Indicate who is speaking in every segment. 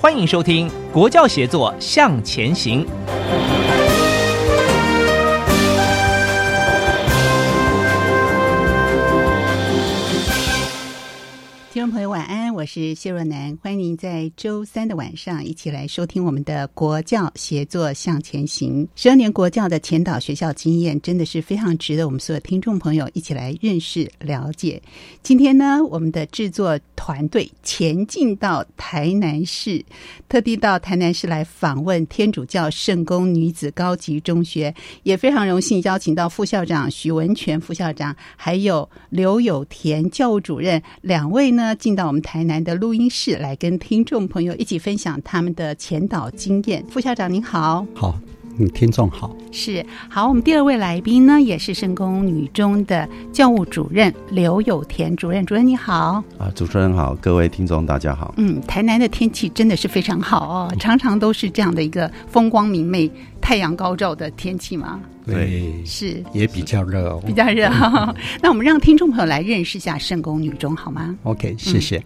Speaker 1: 欢迎收听《国教协作向前行》。
Speaker 2: 听众朋友，晚安，我是谢若楠，欢迎您在周三的晚上一起来收听我们的国教协作向前行。十二年国教的前导学校经验，真的是非常值得我们所有听众朋友一起来认识了解。今天呢，我们的制作团队前进到台南市，特地到台南市来访问天主教圣公女子高级中学，也非常荣幸邀请到副校长许文全副校长，还有刘有田教务主任两位呢，进到我们台南的录音室来跟听众朋友一起分享他们的前导经验。副校长您好，
Speaker 3: 好，嗯，听众好，
Speaker 2: 是好，我们第二位来宾呢，也是圣公女中的教务主任刘有田主任，主任你好。
Speaker 4: 啊，主持人好，各位听众大家好。
Speaker 2: 嗯，台南的天气真的是非常好哦，
Speaker 3: 嗯
Speaker 2: 常常都是这样的一个风光明媚、太阳高照的天气嘛，
Speaker 3: 对，
Speaker 2: 是
Speaker 3: 哎也比较热哦
Speaker 2: 比。较热、 那我们让听众朋友来认识一下圣公女中好吗？
Speaker 3: OK，谢谢。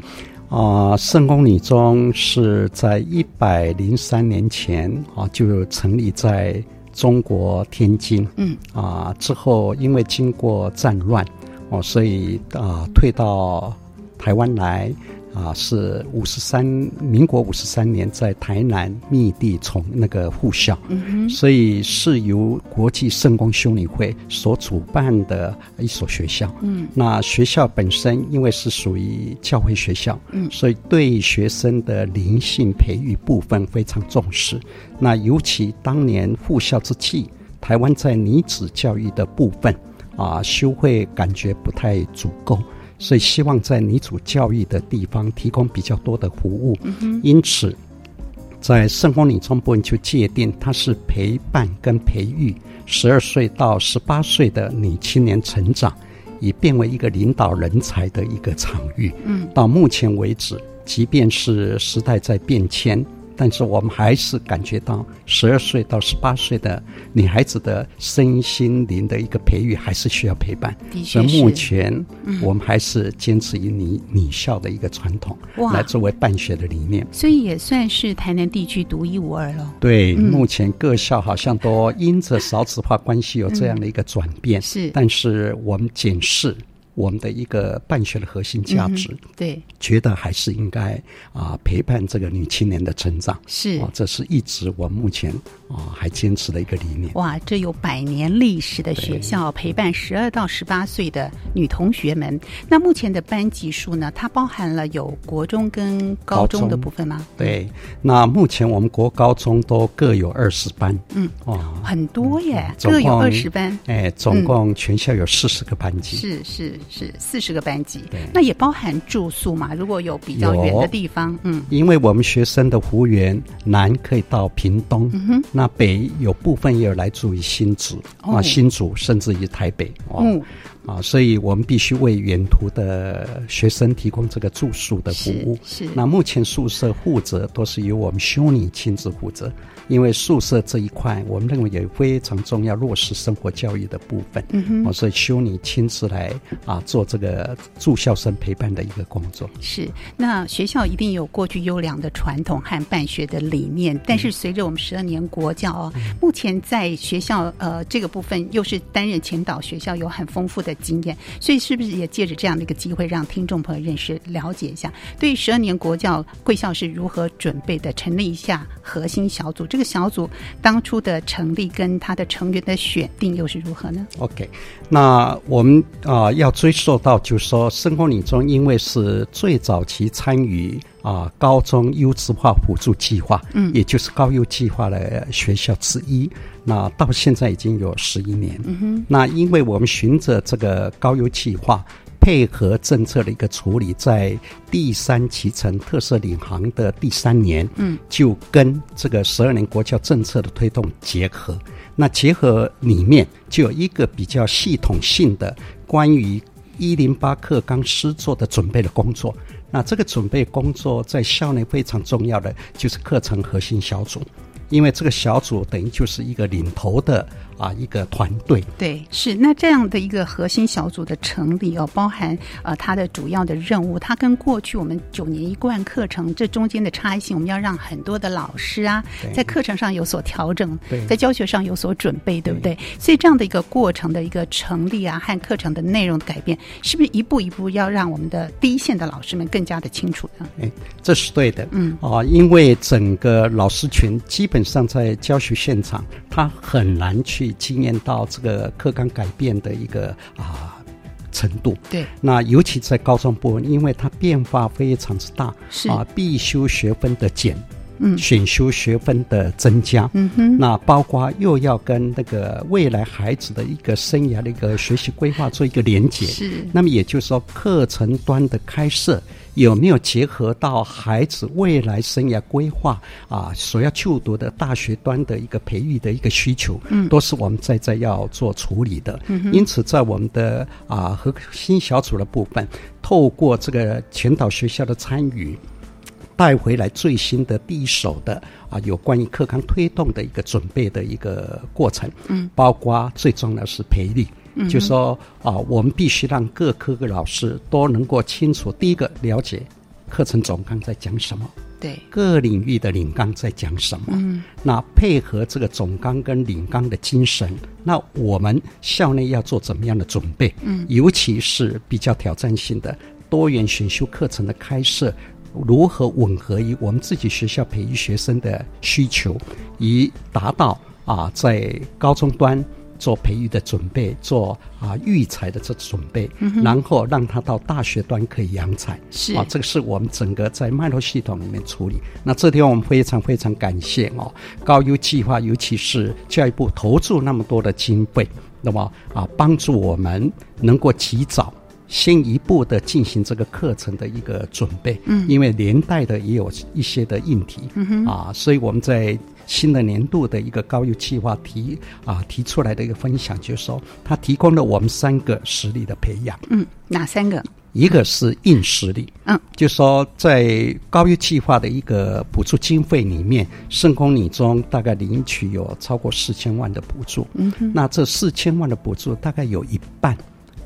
Speaker 3: 啊、圣公女中是在一百零三年前啊就成立在中国天津。
Speaker 2: 嗯，
Speaker 3: 啊，之后因为经过战乱，哦，所以啊退到台湾来，啊是五十三民国五十三年在台南密地从那个护校，嗯、所以是由国际圣公修女会所主办的一所学校。嗯，那学校本身因为是属于教会学校，嗯，所以对学生的灵性培育部分非常重视。那尤其当年护校之际，台湾在女子教育的部分啊，修会感觉不太足够，所以希望在女主教育的地方提供比较多的服务。因此，在圣公理中部分就界定它是陪伴跟培育十二岁到十八岁的女青年成长，以变为一个领导人才的一个场域。嗯，到目前为止，即便是时代在变迁。但是我们还是感觉到，十二岁到十八岁的女孩子的身心灵的一个培育，还是需要陪伴。
Speaker 2: 的
Speaker 3: 所
Speaker 2: 确
Speaker 3: 以目
Speaker 2: 是。
Speaker 3: 前，我们还是坚持以女女校的一个传统
Speaker 2: 哇
Speaker 3: 来作为办学的理念。
Speaker 2: 所以也算是台南地区独一无二了。
Speaker 3: 对，目前各校好像都因着少子化关系有这样的一个转变，
Speaker 2: 是
Speaker 3: 但是我们检视我们的一个办学的核心价值，
Speaker 2: 对，
Speaker 3: 觉得还是应该啊、陪伴这个女青年的成长。
Speaker 2: 是
Speaker 3: 啊，这是一直我目前啊还坚持的一个理念。
Speaker 2: 哇，这有百年历史的学校陪伴十二到十八岁的女同学们。那目前的班级数呢？它包含了有国中跟高中的
Speaker 3: 高中
Speaker 2: 部分吗？
Speaker 3: 对，那目前我们国高中都各有二十班，嗯，哦，
Speaker 2: 很多耶，
Speaker 3: 总
Speaker 2: 各有
Speaker 3: 共
Speaker 2: 二十班。
Speaker 3: 哎，总共全校有四十个班级，
Speaker 2: 是是是，四十个班级
Speaker 3: 对，
Speaker 2: 那也包含住宿嘛？如果有比较远的地方，嗯，
Speaker 3: 因为我们学生的服务员南可以到屏东，
Speaker 2: 嗯
Speaker 3: 那北有部分也有来自于新竹、
Speaker 2: 哦
Speaker 3: 啊，新竹甚至于台北哦。
Speaker 2: 嗯
Speaker 3: 啊，所以我们必须为远途的学生提供这个住宿的服务。
Speaker 2: 是
Speaker 3: 那目前宿舍负责都是由我们修女亲自负责，因为宿舍这一块，我们认为也非常重要，落实生活教育的部分。
Speaker 2: 嗯哼
Speaker 3: 哦，所以修女亲自来啊做这个住校生陪伴的一个工作。
Speaker 2: 是，那学校一定有过去优良的传统和办学的理念，但是随着我们十二年国教哦，目前在学校呃这个部分又是担任前导学校有很丰富的经验，所以是不是也借着这样的一个机会，让听众朋友认识了解一下，对于十二年国教贵校是如何准备的，成立一下核心小组，这个小组当初的成立跟它的成员的选定又是如何呢？
Speaker 3: OK，那我们啊、要追溯到，就是说，生活女中因为是最早期参与啊、高中优质化补助计划，嗯，也就是高优计划的学校之一，那到现在已经有十一年，嗯哼，那因为我们循着这个高优计划。配合政策的一个处理，在第三期城特色领航的第三年，嗯，就跟这个十二年国教政策的推动结合，那结合里面就有一个比较系统性的关于一零八课纲师做的准备的工作。那这个准备工作在校内非常重要的就是课程核心小组，因为这个小组等于就是一个领头的啊一个团队。
Speaker 2: 对，是那这样的一个核心小组的成立哦，包含呃它的主要的任务，它跟过去我们九年一贯课程这中间的差异性，我们要让很多的老师啊，
Speaker 3: 对
Speaker 2: 在课程上有所调整
Speaker 3: 对，
Speaker 2: 在教学上有所准备，对不对？所以这样的一个过程的一个成立啊，和课程的内容的改变，是不是一步一步要让我们的第一线的老师们更加的清楚呢？
Speaker 3: 这是对的，
Speaker 2: 嗯，
Speaker 3: 啊，因为整个老师群基本上在教学现场，他很难去经验到这个课纲改变的一个啊。程度
Speaker 2: 对，
Speaker 3: 那尤其在高中部分，因为它变化非常之大
Speaker 2: 是，
Speaker 3: 啊，必修学分的减，
Speaker 2: 嗯
Speaker 3: 选修学分的增加，
Speaker 2: 嗯哼，
Speaker 3: 那包括又要跟那个未来孩子的一个生涯的一个学习规划做一个连结，
Speaker 2: 是
Speaker 3: 那么也就是说，课程端的开设有没有结合到孩子未来生涯规划啊，所要就读的大学端的一个培育的一个需求，嗯，都是我们在在要做处理的。嗯、因此，在我们的啊核心小组的部分，透过这个全岛学校的参与。带回来最新的第一手的啊，有关于课纲推动的一个准备的一个过程，嗯，包括最重要的是培力，嗯，就说啊，我们必须让各科的老师都能够清楚，第一个了解课程总纲在讲什么，
Speaker 2: 对，
Speaker 3: 各领域的领纲在讲什么？嗯，那配合这个总纲跟领纲的精神，那我们校内要做怎么样的准备？嗯，尤其是比较挑战性的多元选修课程的开设。如何吻合于我们自己学校培育学生的需求，以达到啊在高中端做培育的准备，做啊育才的这准备，然后让他到大学端可以扬才。
Speaker 2: 是
Speaker 3: 啊，这个嗯是我们整个在脉络系统里面处理。那这地方我们非常非常感谢哦，高优计划，尤其是教育部投注那么多的经费，那么啊，帮助我们能够及早。先一步的进行这个课程的一个准备，嗯，因为连带的也有一些的应题，嗯啊，所以我们在新的年度的一个高优计划提啊提出来的一个分享，就是说它提供了我们三个实力的培养，
Speaker 2: 嗯，哪三个？
Speaker 3: 一个是硬实力，
Speaker 2: 嗯，
Speaker 3: 就说在高优计划的一个补助经费里面，圣公女中大概领取有超过四千万的补助，嗯，那这四千万的补助大概有一半，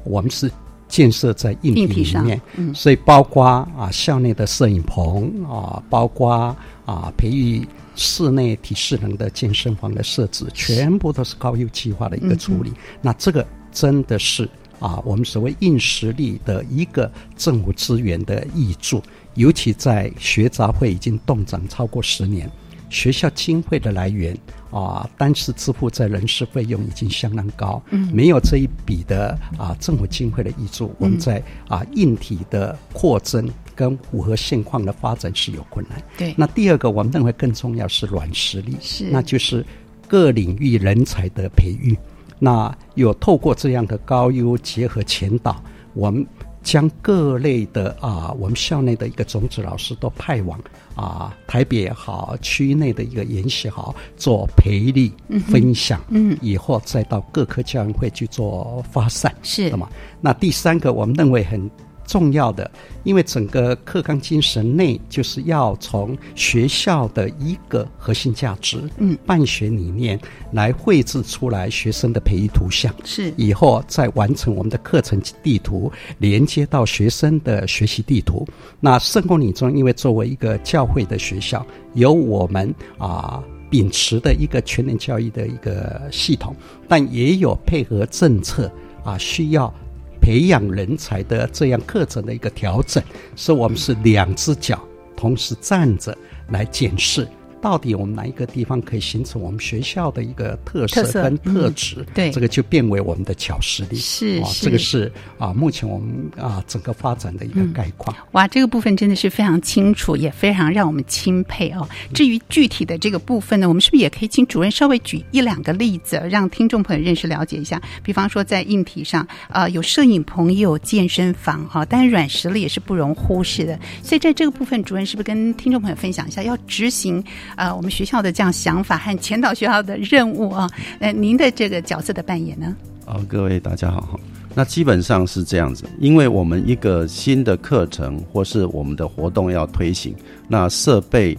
Speaker 3: 我们是建设在硬
Speaker 2: 硬体
Speaker 3: 体里
Speaker 2: 上
Speaker 3: 面，嗯、所以包括啊校内的摄影棚啊，包括啊培育。室内体适能的健身房的设置，全部都是嗯高优计划的一个处理。那这个真的是啊，我们所谓硬实力的一个政府资源的益助，尤其在学杂会已经动涨超过十年，学校经费的来源啊，单是支付在人事费用已经相当高，嗯，没有这一笔的啊政府经费的益助，我们在啊硬体的扩增跟符合现况的发展是有困难。
Speaker 2: 对，
Speaker 3: 那第二个，我们认为更重要是软实力，
Speaker 2: 是
Speaker 3: 那就是各领域人才的培育。那有透过这样的高优结合前导，我们将各类的啊，我们校内的一个种子老师都派往啊台北也好，区内的一个研习也好做培力分享，
Speaker 2: 嗯，
Speaker 3: 以后再到各科教研会去做发散。
Speaker 2: 是
Speaker 3: 那么，那第三个我们认为很重要的，因为整个课纲精神内就是要从学校的一个核心价值、
Speaker 2: 嗯，
Speaker 3: 办学理念来绘制出来学生的培育图像。
Speaker 2: 是
Speaker 3: 以后再完成我们的课程地图，连接到学生的学习地图。那圣公理中，因为作为一个教会的学校，有我们啊。秉持的一个全人教育的一个系统，但也有配合政策啊，需要培养人才的这样课程的一个调整，所以我们是两只脚同时站着来检视。到底我们哪一个地方可以形成我们学校的一个特色
Speaker 2: 特色
Speaker 3: 跟特
Speaker 2: 嗯
Speaker 3: 质？
Speaker 2: 对
Speaker 3: 这个就变为我们的巧实力。
Speaker 2: 是
Speaker 3: 啊，
Speaker 2: 是
Speaker 3: 这个是啊，目前我们啊整个发展的一
Speaker 2: 嗯
Speaker 3: 个概况。
Speaker 2: 哇，这个部分真的是非常清楚，也非常让我们钦佩哦。至于具体的这个部分呢，我们是不是也可以请主任稍微举一两个例子，让听众朋友认识了解一下？比方说在硬体上，呃，有摄影棚，也有健身房哈、但是软实力也是不容忽视的。所以在这个部分，主任是不是跟听众朋友分享一下，要执行呃我们学校的这样想法和前导学校的任务啊？呃，您的这个角色的扮演呢？
Speaker 4: 好，啊各位大家好哈。那基本上是这样子，因为我们一个新的课程或是我们的活动要推行，那设备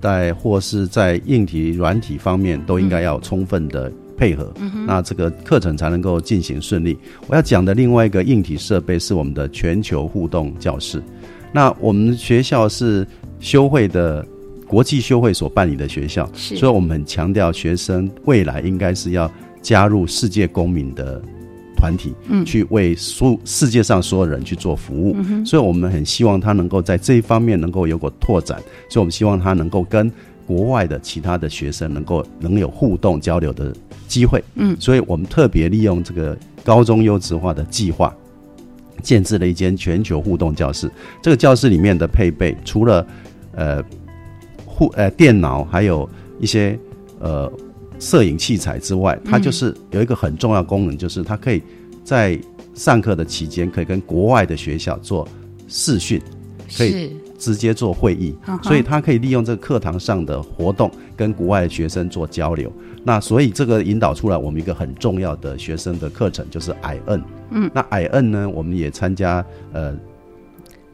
Speaker 4: 在或是在硬体、软体方面都应该要有充分的配合，
Speaker 2: 嗯
Speaker 4: 那这个课程才能够进行顺利。我要讲的另外一个硬体设备是我们的全球互动教室。那我们学校是修会的国际修会所办理的学校，
Speaker 2: 是
Speaker 4: 所以我们很强调学生未来应该是要加入世界公民的团体，
Speaker 2: 嗯
Speaker 4: 去为所世界上所有人去做服务。所以我们很希望他能够在这一方面能够有个拓展，所以我们希望他能够跟国外的其他的学生能够能有互动交流的机会。
Speaker 2: 嗯
Speaker 4: 所以我们特别利用这个高中优质化的计划，建制了一间全球互动教室。这个教室里面的配备，除了呃互呃电脑，还有一些呃摄影器材之外，它就是有一个很重要功能，就是它可以在上课的期间，可以跟国外的学校做视讯，可以
Speaker 2: 是
Speaker 4: 直接做会议
Speaker 2: 嗯，哼
Speaker 4: 所以他可以利用这个课堂上的活动跟国外的学生做交流。那所以这个引导出来我们一个很重要的学生的课程就是 I N。嗯，那 I N 呢，我们也参加呃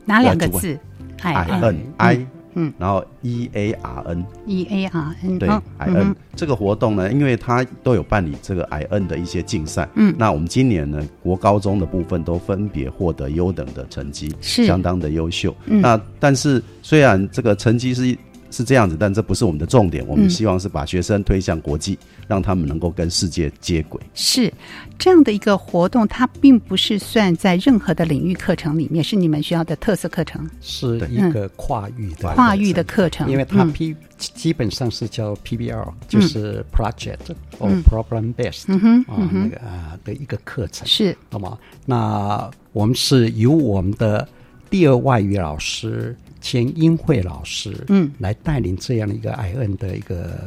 Speaker 2: 哪两个
Speaker 4: 主管
Speaker 2: 字
Speaker 4: I N
Speaker 2: 嗯
Speaker 4: I，
Speaker 2: 嗯
Speaker 4: 然后 E A R N。
Speaker 2: E A R N
Speaker 4: 对
Speaker 2: 哦
Speaker 4: I
Speaker 2: 嗯
Speaker 4: N E
Speaker 2: 哼
Speaker 4: 这个活动呢，因为它都有办理这个 I N 的一些竞赛，
Speaker 2: 嗯
Speaker 4: 那我们今年呢，国高中的部分都分别获得优等的成绩，
Speaker 2: 是
Speaker 4: 相当的优秀。
Speaker 2: 嗯
Speaker 4: 那但是虽然这个成绩是是这样子，但这不是我们的重点，我
Speaker 2: 嗯
Speaker 4: 们希望是把学生推向国际，让他们能够跟世界接轨。
Speaker 2: 是这样的一个活动，它并不是算在任何的领域课程里面，是你们学校的特色课程、
Speaker 3: 是
Speaker 4: 对
Speaker 3: 一个跨域的
Speaker 2: 嗯跨域的课程，
Speaker 3: 因为它
Speaker 2: 嗯
Speaker 3: P、基本上是叫 PBL，就是 Project or
Speaker 2: 嗯
Speaker 3: Problem Based、啊那个啊的一个课程。
Speaker 2: 是
Speaker 3: 那么，那我们是由我们的第二外语老师兼英会老师，
Speaker 2: 嗯，
Speaker 3: 来带领这样的一个 I N 的一个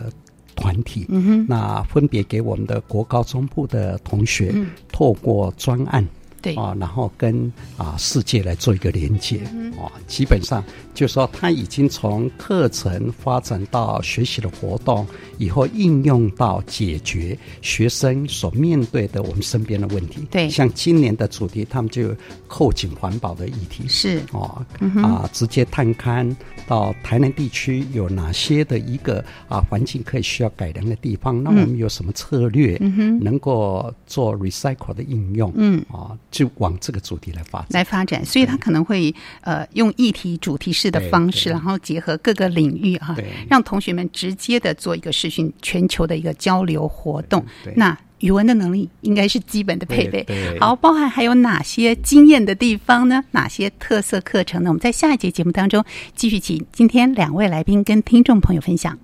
Speaker 3: 团体，嗯哼，那分别给我们的国高中部的同学，透过专案。
Speaker 2: 对
Speaker 3: 啊，然后跟啊世界来做一个连接，
Speaker 2: 嗯
Speaker 3: 啊，基本上就是说他已经从课程发展到学习的活动，以后应用到解决学生所面对的我们身边的问题。
Speaker 2: 对
Speaker 3: 像今年的主题，他们就有扣紧环保的议题。
Speaker 2: 是
Speaker 3: 哦啊，直接探勘到台南地区有哪些的一个啊环境可以需要改良的地方？那我们有什么策略能够做 recycle 的应用？
Speaker 2: 嗯
Speaker 3: 啊，就往这个主题来发展。
Speaker 2: 来发展，所以它可能会呃用议题主题式的方式，
Speaker 3: 嗯对对
Speaker 2: 然后结合各个领域啊
Speaker 3: 对，
Speaker 2: 让同学们直接的做一个视讯全球的一个交流活动
Speaker 3: 对。对
Speaker 2: 那语文的能力应该是基本的配备
Speaker 3: 对对。
Speaker 2: 好，包含还有哪些惊艳的地方呢？哪些特色课程呢？我们在下一节节目当中继续请今天两位来宾跟听众朋友分享。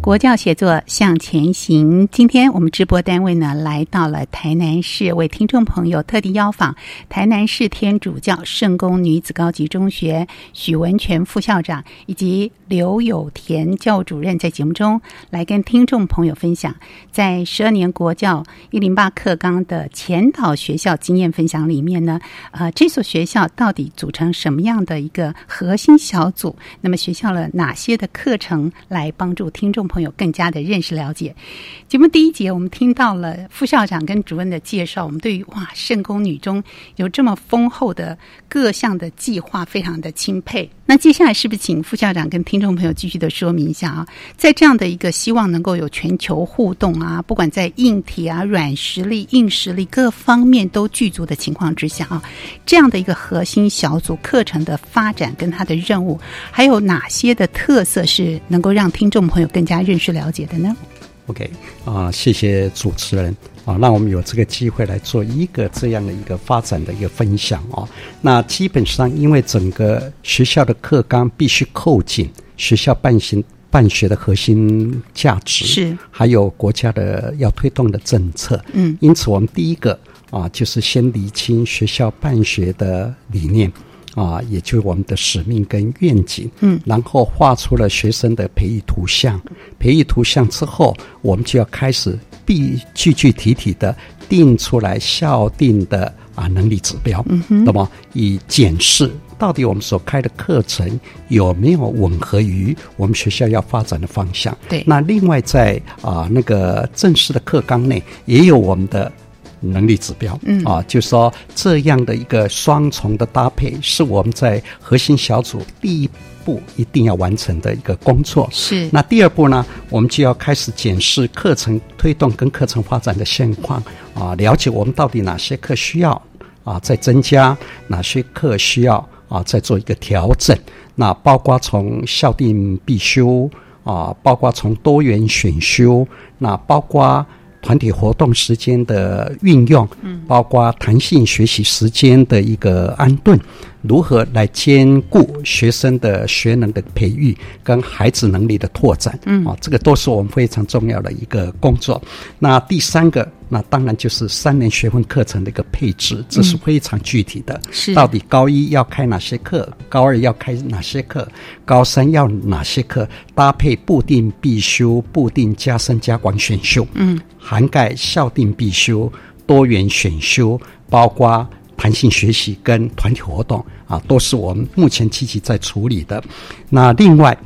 Speaker 2: 国教协作向前行。今天我们直播单位呢来到了台南市，为听众朋友特地邀访台南市天主教圣公女子高级中学许文全副校长以及刘有田教务主任，在节目中来跟听众朋友分享在十二年国教一零八课纲的前导学校经验分享里面呢，呃，这所学校到底组成什么样的一个核心小组？那么学校了哪些的课程来帮助听众朋友更加的认识了解？节目第一节我们听到了副校长跟主任的介绍，我们对于哇圣公女中有这么丰厚的各项的计划非常的钦佩。那接下来是不是请副校长跟听众朋友继续的说明一下啊？在这样的一个希望能够有全球互动啊，不管在硬体啊、软实力、硬实力各方面都具足的情况之下啊，这样的一个核心小组课程的发展跟它的任务，还有哪些的特色是能够让听众朋友更加认识了解的呢？
Speaker 3: 嗯 OK，啊、谢谢主持人啊，让我们有这个机会来做一个这样的一个发展的一个分享哦。那基本上，因为整个学校的课纲必须扣紧学校办行办学的核心价值，
Speaker 2: 是
Speaker 3: 还有国家的要推动的政策。
Speaker 2: 嗯，
Speaker 3: 因此我们第一个啊，就是先厘清学校办学的理念。啊，也就是我们的使命跟愿景，
Speaker 2: 嗯，
Speaker 3: 然后画出了学生的培育图像，培育图像之后，我们就要开始必具具体体的定出来校定的啊能力指标，嗯哼，那么以检视到底我们所开的课程有没有吻合于我们学校要发展的方向，
Speaker 2: 对
Speaker 3: 那另外在啊、那个正式的课纲内也有我们的。能力指标，
Speaker 2: 嗯
Speaker 3: 啊，就说这样的一个双重的搭配，是我们在核心小组第一步一定要完成的一个工作。
Speaker 2: 是
Speaker 3: 那第二步呢，我们就要开始检视课程推动跟课程发展的现况啊，了解我们到底哪些课需要啊再增加，哪些课需要啊再做一个调整。那包括从校定必修啊，包括从多元选修，那包括。团体活动时间的运用，嗯，包括弹性学习时间的一个安顿，如何来兼顾学生的学能的培育跟孩子能力的拓展，嗯，啊，这个都是我们非常重要的一个工作。那第三个，那当然就是三年学分课程的一个配置，这是非常具体的。
Speaker 2: 是
Speaker 3: 到底高一要开哪些课，高二要开哪些课，高三要哪些课，搭配固定必修、固定加深加广选修，嗯，涵盖校定必修、多元选修，包括弹性学习跟团体活动啊，都是我们目前积极在处理的。那另外。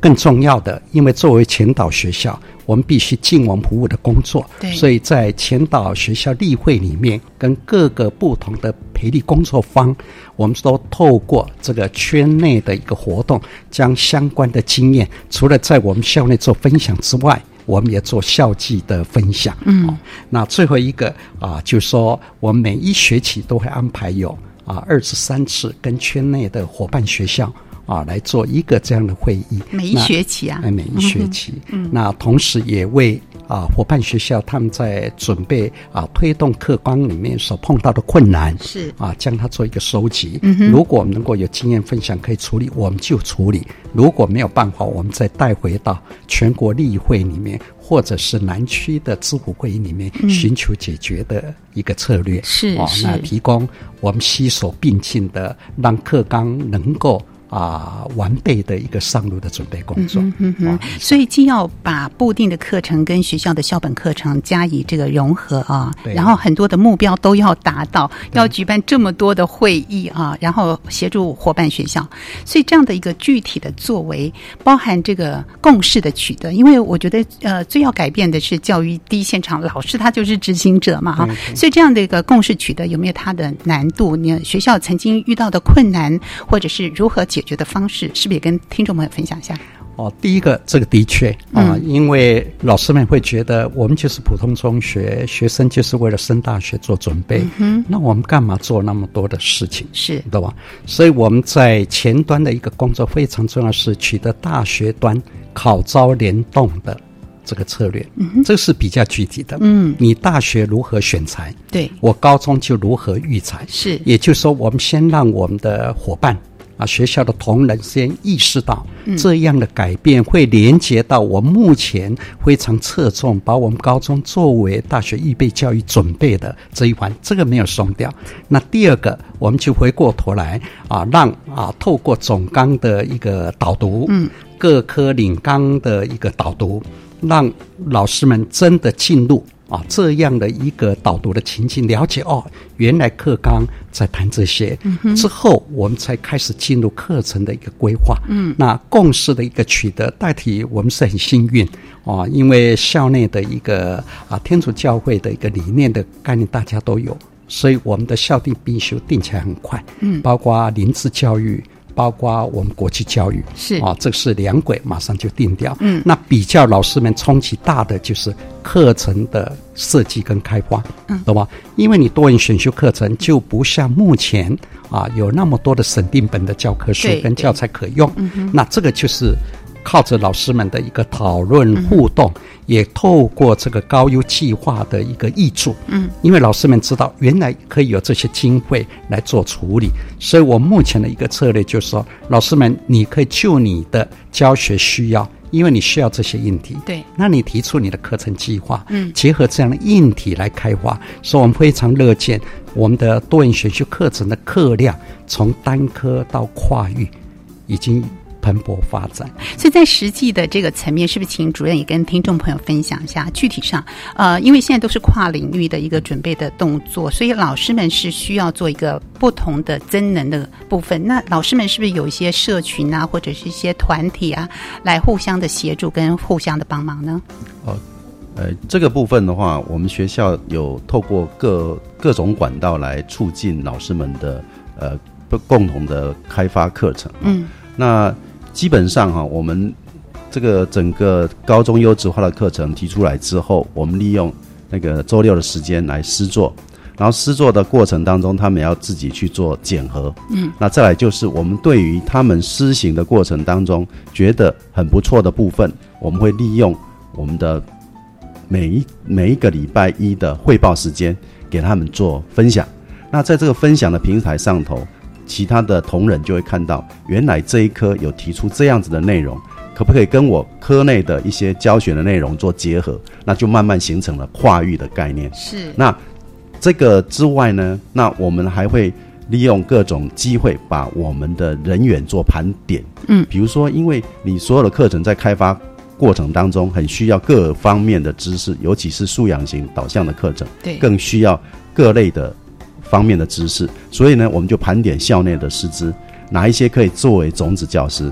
Speaker 3: 更重要的，因为作为前导学校，我们必须尽我们服务的工作
Speaker 2: 对，
Speaker 3: 所以在前导学校例会里面，跟各个不同的培力工作方，我们都透过这个圈内的一个活动，将相关的经验，除了在我们校内做分享之外。我们也做校际的分享，嗯、那最后一个啊，就说我们每一学期都会安排有啊二至三次跟圈内的伙伴学校啊来做一个这样的会议，
Speaker 2: 每一
Speaker 3: 那
Speaker 2: 学期啊，
Speaker 3: 哎，每一学期。那同时也为啊伙伴学校他们在准备啊推动课纲里面所碰到的困难，
Speaker 2: 是
Speaker 3: 啊将它做一个收集。如果我们能够有经验分享可以处理，我们就处理；如果没有办法，我们再带回到全国例会里面。或者是南区的知府会议里面寻求解决的一个策略，
Speaker 2: 嗯是
Speaker 3: 哦，
Speaker 2: 是
Speaker 3: 那提供我们携手并进的，让课纲能够啊、完备的一个上路的准备工作。哦
Speaker 2: 嗯哼
Speaker 3: 哇，
Speaker 2: 所以既要把固定的课程跟学校的校本课程加以这个融合啊，
Speaker 3: 对
Speaker 2: 然后很多的目标都要达到，要举办这么多的会议啊，然后协助伙伴学校，所以这样的一个具体的作为，包含这个共识的取得，因为我觉得呃最要改变的是教育第一现场，老师他就是执行者嘛哈、所以这样的一个共识取得有没有它的难度？你学校曾经遇到的困难，或者是如何解决的方式，是不是也跟听众朋友分享一下？
Speaker 3: 哦，第一个，这个的确啊，因为老师们会觉得我们就是普通中学学生，就是为了升大学做准备，嗯、那我们干嘛做那么多的事情？
Speaker 2: 是
Speaker 3: 对吧？所以我们在前端的一个工作非常重要，是取得大学端考招联动的这个策略，嗯、这是比较具体的。嗯，你大学如何选材？
Speaker 2: 对，
Speaker 3: 我高中就如何育才？
Speaker 2: 是
Speaker 3: 也就是说，我们先让我们的伙伴啊，学校的同仁先意识到这样的改变会连接到我目前非常侧重把我们高中作为大学预备教育准备的这一环，这个没有松掉。那第二个，我们就回过头来啊，让啊透过总纲的一个导读，嗯，各科领纲的一个导读，让老师们真的进入。啊，这样的一个导读的情境，了解哦，原来课纲在谈这些，之后我们才开始进入课程的一个规划。嗯，那共识的一个取得，大体我们是很幸运啊，因为校内的一个啊天主教会的一个理念的概念，大家都有，所以我们的校定必修定起来很快。嗯，包括林志教育。包括我们国际教育
Speaker 2: 是
Speaker 3: 啊，这是两轨，马上就定掉。嗯，那比较老师们冲击大的就是课程的设计跟开发，嗯，懂吗？因为你多元选修课程就不像目前啊有那么多的审定本的教科书
Speaker 2: 对
Speaker 3: 跟教材可用，那这个就是。靠着老师们的一个讨论互动，也透过这个高优计划的一个益处，嗯，因为老师们知道原来可以有这些经费来做处理，所以我目前的一个策略就是说，老师们你可以就你的教学需要，因为你需要这些硬题，
Speaker 2: 对
Speaker 3: 那你提出你的课程计划，嗯，结合这样的硬体来开发，所以我们非常乐见我们的多元选修课程的课量从单科到跨域已经蓬勃发展。
Speaker 2: 所以在实际的这个层面，是不是请主任也跟听众朋友分享一下？具体上，呃，因为现在都是跨领域的一个准备的动作，所以老师们是需要做一个不同的增能的部分。那老师们是不是有一些社群啊，或者是一些团体啊，来互相的协助跟互相的帮忙呢？
Speaker 4: 呃，这个部分的话，我们学校有透过各各种管道来促进老师们的呃不共同的开发课程。啊
Speaker 2: 嗯，
Speaker 4: 那基本上哈、我们这个整个高中优质化的课程提出来之后，我们利用那个周六的时间来施作，然后施作的过程当中，他们也要自己去做检核。嗯，那再来就是我们对于他们施行的过程当中觉得很不错的部分，我们会利用我们的每一每一个礼拜一的汇报时间给他们做分享。那在这个分享的平台上头，其他的同仁就会看到，原来这一科有提出这样子的内容，可不可以跟我科内的一些教学的内容做结合？那就慢慢形成了跨域的概念。
Speaker 2: 是
Speaker 4: 那这个之外呢，那我们还会利用各种机会，把我们的人员做盘点。
Speaker 2: 嗯
Speaker 4: 比如说，因为你所有的课程在开发过程当中，很需要各方面的知识，尤其是素养型导向的课程，
Speaker 2: 对，
Speaker 4: 更需要各类的方面的知识。所以呢，我们就盘点校内的师资，哪一些可以作为种子教师，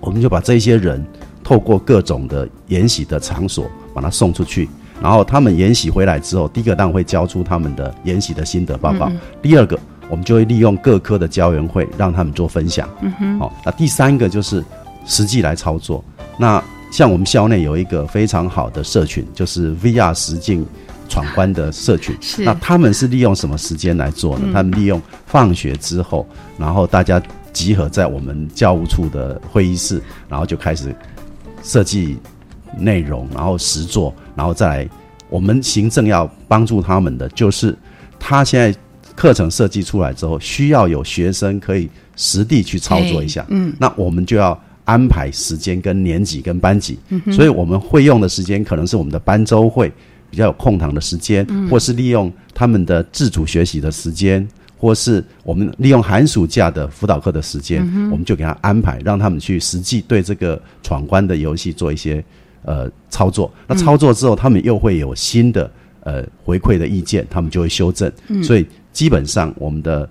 Speaker 4: 我们就把这些人透过各种的研习的场所，把他送出去。然后他们研习回来之后，第一个当然会交出他们的研习的心得报告，第二个我们就会利用各科的教研会让他们做分享。嗯哼，好、那第三个就是实际来操作。那像我们校内有一个非常好的社群，就是 VR 实境闯关的社群。
Speaker 2: 是
Speaker 4: 那他 们是嗯利用什么时间来做呢？他们利用放学之后，然后大家集合在我们教务处的会议室，然后就开始设计内容，然后实做，然后再来。我们行政要帮助他们的，就是他现在课程设计出来之后，需要有学生可以实地去操作一下。嗯，那我们就要安排时间跟年级跟班级，所以我们会用的时间可能是我们的班周会比较有空堂的时间，或是利用他们的自主学习的时间。或是我们利用寒暑假的辅导课的时间，我们就给他安排，让他们去实际对这个闯关的游戏做一些呃操作。那操作之后，他们又会有新的呃回馈的意见，他们就会修正。所以基本上我们的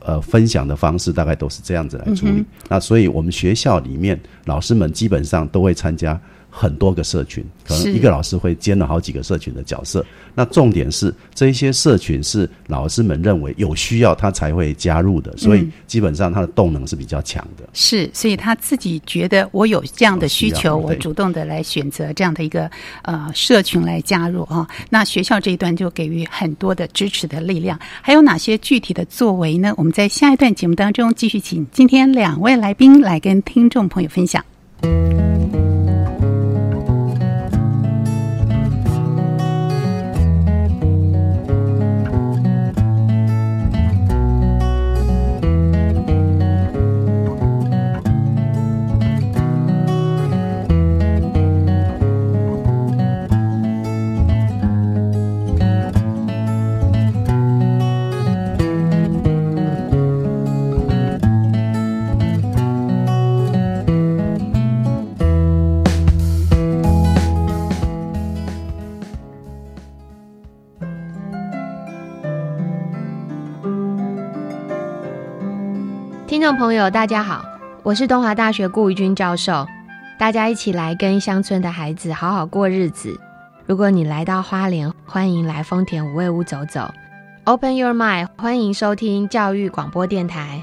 Speaker 4: 呃分享的方式大概都是这样子来处理。那所以我们学校里面老师们基本上都会参加很多个社群，可能
Speaker 2: 是
Speaker 4: 一个老师会兼了好几个社群的角色。那重点是这一些社群是老师们认为有需要他才会加入的，所以基本上他的动能是比较强的。
Speaker 2: 是，所以他自己觉得我有这样的需
Speaker 4: 需要
Speaker 2: 求，我
Speaker 4: 对
Speaker 2: 主动的来选择这样的一个呃社群来加入啊。那学校这一段就给予很多的支持的力量。还有哪些具体的作为呢？我们在下一段节目当中继续请今天两位来宾来跟听众朋友分享。
Speaker 5: 听众朋友，大家好，我是东华大学顾怡君教授，大家一起来跟乡村的孩子好好过日子。如果你来到花莲，欢迎来丰田五味屋走走。Open your mind，欢迎收听教育广播电台。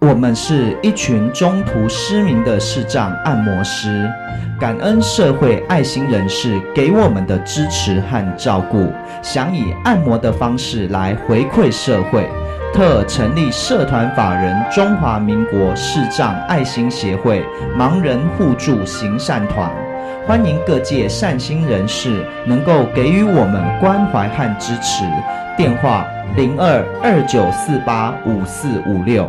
Speaker 6: 我们是一群中途失明的视障按摩师，感恩社会爱心人士给我们的支持和照顾，想以按摩的方式来回馈社会，特成立社团法人中华民国视障爱心协会盲人互助行善团，欢迎各界善心人士能够给予我们关怀和支持。电话零二二九四八五四五六。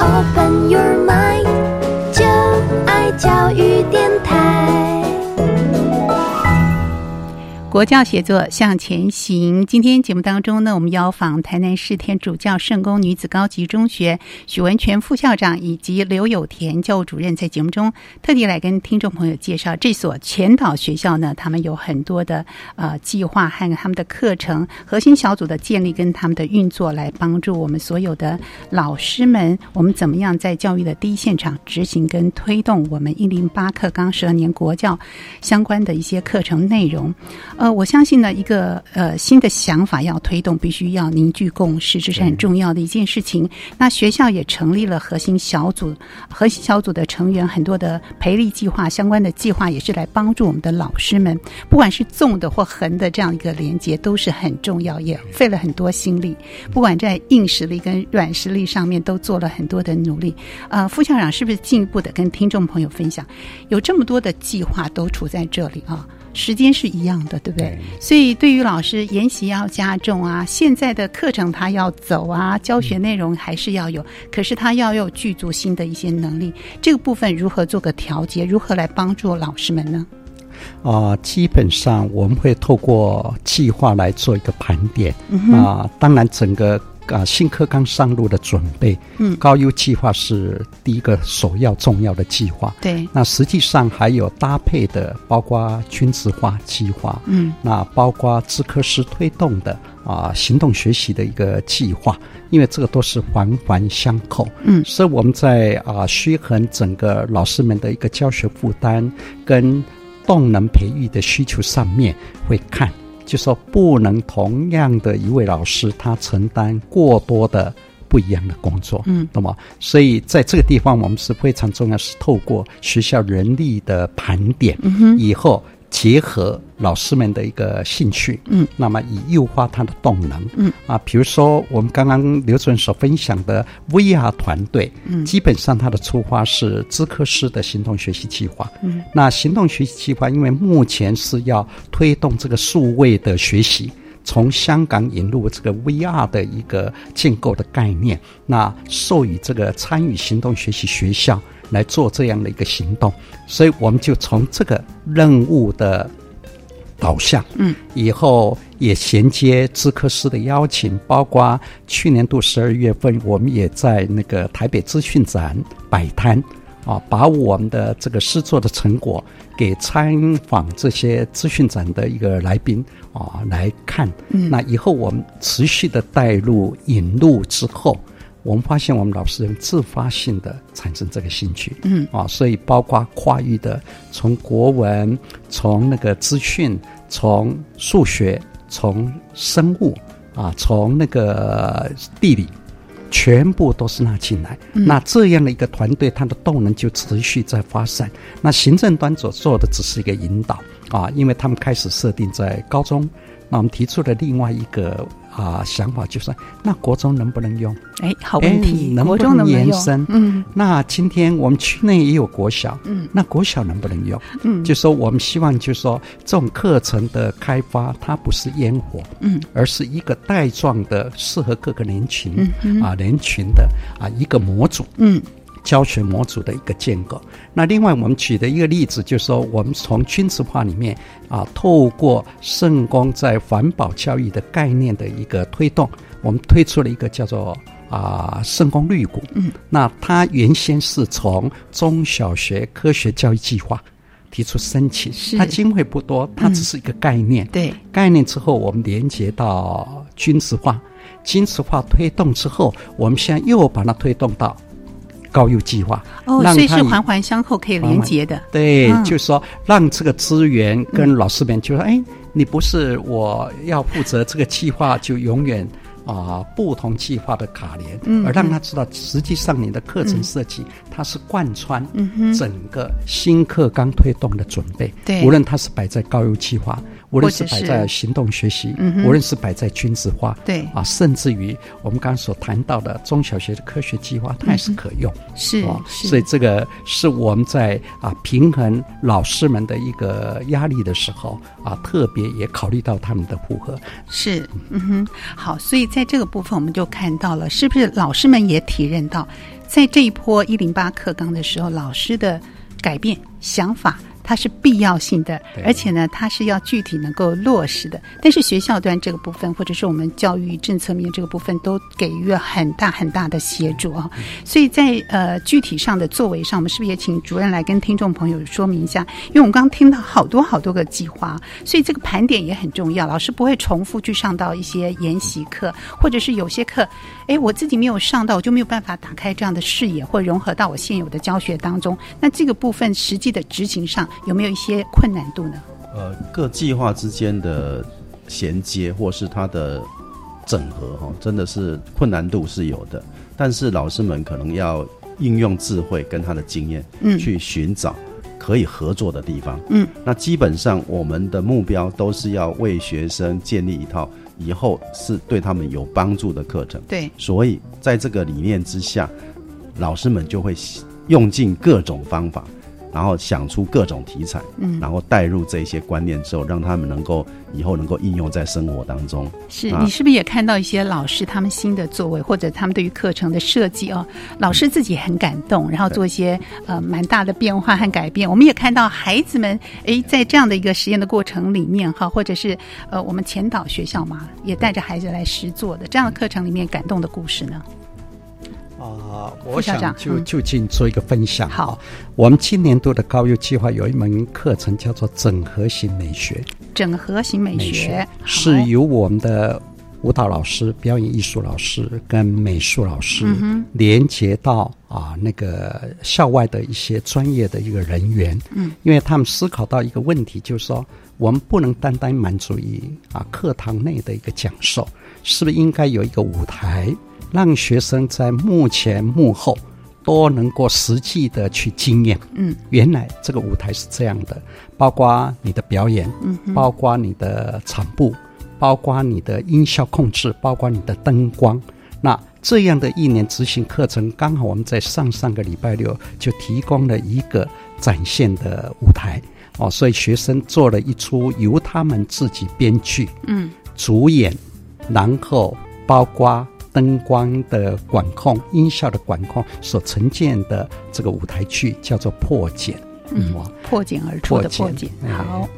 Speaker 7: Open your mind，就爱教育电台。
Speaker 2: 国教协作向前行。今天节目当中呢，我们邀访台南市天主教圣公女子高级中学许文全副校长以及刘有田教务主任，在节目中特地来跟听众朋友介绍这所前导学校呢，他们有很多的呃计划和他们的课程、核心小组的建立跟他们的运作，来帮助我们所有的老师们，我们怎么样在教育的第一现场执行跟推动我们一零八课纲十二年国教相关的一些课程内容。呃，我相信呢，一个呃新的想法要推动，必须要凝聚共识，这是很重要的一件事情。那学校也成立了核心小组，核心小组的成员很多的培力计划相关的计划，也是来帮助我们的老师们，不管是纵的或横的这样一个连接，都是很重要，也费了很多心力。不管在硬实力跟软实力上面，都做了很多的努力。呃，副校长是不是进一步的跟听众朋友分享，有这么多的计划都处在这里啊？时间是一样的，对不对？所以对于老师研习要加重啊，现在的课程他要走啊，教学内容还是要有，可是他要有具足新的一些能力，这个部分如何做个调节，如何来帮助老师们呢？
Speaker 3: 啊、基本上我们会透过计划来做一个盘点啊、
Speaker 2: 嗯哼
Speaker 3: 当然整个。啊，新课纲上路的准备，
Speaker 2: 嗯
Speaker 3: 高优计划是第一个首要重要的计划。
Speaker 2: 对
Speaker 3: 那实际上还有搭配的，包括均值化计划，
Speaker 2: 嗯
Speaker 3: 那包括资科师推动的啊、行动学习的一个计划，因为这个都是环环相扣，
Speaker 2: 嗯
Speaker 3: 所以我们在啊、虚衡整个老师们的一个教学负担跟动能培育的需求上面会看，就说不能同样的一位老师他承担过多的不一样的工作，
Speaker 2: 嗯
Speaker 3: 那么所以在这个地方我们是非常重要，是透过学校人力的盘点，
Speaker 2: 嗯哼
Speaker 3: 以后结合老师们的一个兴趣，
Speaker 2: 嗯
Speaker 3: 那么以诱发他的动能，
Speaker 2: 嗯
Speaker 3: 啊，比如说我们刚刚刘主任所分享的 VR 团队，
Speaker 2: 嗯
Speaker 3: 基本上它的出发是资科师的行动学习计划，
Speaker 2: 嗯
Speaker 3: 那行动学习计划，因为目前是要推动这个数位的学习，从香港引入这个 VR 的一个建构的概念，那授予这个参与行动学习学校来做这样的一个行动，所以我们就从这个任务的导向，
Speaker 2: 嗯，
Speaker 3: 以后也衔接资科师的邀请，包括去年度十二月份，我们也在那个台北资讯展摆摊。啊，把我们的这个诗作的成果给参访这些资讯展的一个来宾啊来看。
Speaker 2: 嗯
Speaker 3: 那以后我们持续的带入引入之后，我们发现我们老师人自发性的产生这个兴趣。
Speaker 2: 嗯
Speaker 3: 啊，所以包括跨域的，从国文，从那个资讯，从数学，从生物啊，从那个地理，全部都是纳进来。
Speaker 6: 嗯
Speaker 3: 那这样的一个团队，它的动能就持续在发散。那行政端所做的只是一个引导啊，因为他们开始设定在高中。那我们提出了另外一个啊、想法，就是那国中能不能用？
Speaker 2: 哎，好问
Speaker 3: 哎
Speaker 2: 题，
Speaker 3: 能不
Speaker 2: 国中能不能
Speaker 3: 延
Speaker 2: 用
Speaker 3: 伸？
Speaker 2: 嗯，
Speaker 3: 那今天我们区内也有国小，
Speaker 2: 嗯
Speaker 3: 那国小能不能用？
Speaker 2: 嗯
Speaker 3: 就说我们希望，就说这种课程的开发，它不是烟火，
Speaker 2: 嗯
Speaker 3: 而是一个带状的，适合各个人群、
Speaker 2: 嗯哼
Speaker 3: 啊人群的啊一个模组，
Speaker 2: 嗯
Speaker 3: 教学模组的一个建构。那另外，我们举的一个例子就是说，我们从军事化里面啊，透过圣光在环保教育的概念的一个推动，我们推出了一个叫做啊圣光绿谷。
Speaker 2: 嗯，
Speaker 3: 那它原先是从中小学科学教育计划提出申请，它经费不多，它只是一个概念。
Speaker 2: 对，
Speaker 3: 概念之后，我们连接到军事化，军事化推动之后，我们现在又把它推动到高优计划，
Speaker 2: 哦，
Speaker 3: 让
Speaker 2: 所以
Speaker 3: 它
Speaker 2: 是
Speaker 3: 以
Speaker 2: 环环相扣，可以连接的。
Speaker 3: 对，
Speaker 2: 嗯
Speaker 3: 就是说让这个资源跟老师们就说，哎，你不是我要负责这个计划，就永远啊、不同计划的卡连，
Speaker 2: 嗯
Speaker 3: 而让他
Speaker 2: 嗯
Speaker 3: 知道实际上你的课程设计、它是贯穿
Speaker 2: 嗯哼
Speaker 3: 整个新课纲推动的准备，
Speaker 2: 对
Speaker 3: 无论它是摆在高优计划，无论是
Speaker 2: 或者
Speaker 3: 摆
Speaker 2: 是
Speaker 3: 在行动学习，
Speaker 2: 嗯哼
Speaker 3: 无论是摆在军事化，
Speaker 2: 对
Speaker 3: 啊，甚至于我们刚刚所谈到的中小学的科学计划，它也是
Speaker 2: 嗯哼
Speaker 3: 可用。
Speaker 2: 是
Speaker 3: 哦，
Speaker 2: 是
Speaker 3: 所以这个是我们在啊平衡老师们的一个压力的时候啊，特别也考虑到他们的负荷。
Speaker 2: 是，嗯哼，好，所以在这个部分我们就看到了，是不是老师们也体认到，在这一波一零八课纲的时候，老师的改变想法。它是必要性的，
Speaker 3: 对
Speaker 2: 而且呢，它是要具体能够落实的。但是学校端这个部分，或者是我们教育政策面这个部分，都给予了很大很大的协助啊。所以在呃具体上的作为上，我们是不是也请主任来跟听众朋友说明一下？因为我们刚刚听到好多好多个计划，啊所以这个盘点也很重要。老师不会重复去上到一些研习课，或者是有些课，哎，我自己没有上到，我就没有办法打开这样的视野或融合到我现有的教学当中。那这个部分实际的执行上有没有一些困难度呢？
Speaker 4: 呃，各计划之间的衔接或是它的整合哈、哦，真的是困难度是有的，但是老师们可能要应用智慧跟他的经验，
Speaker 8: 嗯
Speaker 4: 去寻找可以合作的地方。
Speaker 8: 嗯
Speaker 4: 那基本上我们的目标都是要为学生建立一套以后是对他们有帮助的课程。
Speaker 2: 对
Speaker 4: 所以在这个理念之下，老师们就会用尽各种方法，然后想出各种题材，
Speaker 2: 嗯
Speaker 4: 然后带入这些观念之后，让他们能够以后能够应用在生活当中。
Speaker 2: 是
Speaker 4: 啊
Speaker 2: 你是不是也看到一些老师他们新的作为，或者他们对于课程的设计哦，老师自己也很感动，然后做一些呃蛮大的变化和改变。我们也看到孩子们诶，在这样的一个实验的过程里面哈，或者是呃我们前导学校嘛，也带着孩子来实做的这样的课程里面感动的故事呢？
Speaker 3: 啊，
Speaker 2: 副
Speaker 3: 我
Speaker 2: 校
Speaker 3: 想
Speaker 2: 长
Speaker 3: 就
Speaker 2: 嗯
Speaker 3: 就近做一个分享。好，我们今年度的高优计划有一门课程叫做整合型美学，
Speaker 2: 整合型美学，
Speaker 3: 是由我们的舞蹈老师、表演艺术老师跟美术老师
Speaker 2: 嗯哼
Speaker 3: 连接到啊那个校外的一些专业的一个人员，
Speaker 2: 嗯，
Speaker 3: 因为他们思考到一个问题，就是说我们不能单单满足于啊课堂内的一个讲授，是不是应该有一个舞台，让学生在幕前幕后都能够实际的去经验，
Speaker 2: 嗯，
Speaker 3: 原来这个舞台是这样的，包括你的表演，
Speaker 2: 嗯哼
Speaker 3: 包括你的场布，包括你的音效控制，包括你的灯光。那这样的一年执行课程，刚好我们在上上个礼拜六就提供了一个展现的舞台哦，所以学生做了一出由他们自己编剧，
Speaker 2: 嗯
Speaker 3: 主演，然后包括灯光的管控、音效的管控所呈现的这个舞台剧叫做《破茧》。
Speaker 2: 嗯
Speaker 3: 哇，
Speaker 2: 破茧而出的
Speaker 3: 破
Speaker 2: 破
Speaker 3: 茧
Speaker 2: 茧，
Speaker 3: 哎
Speaker 2: 好，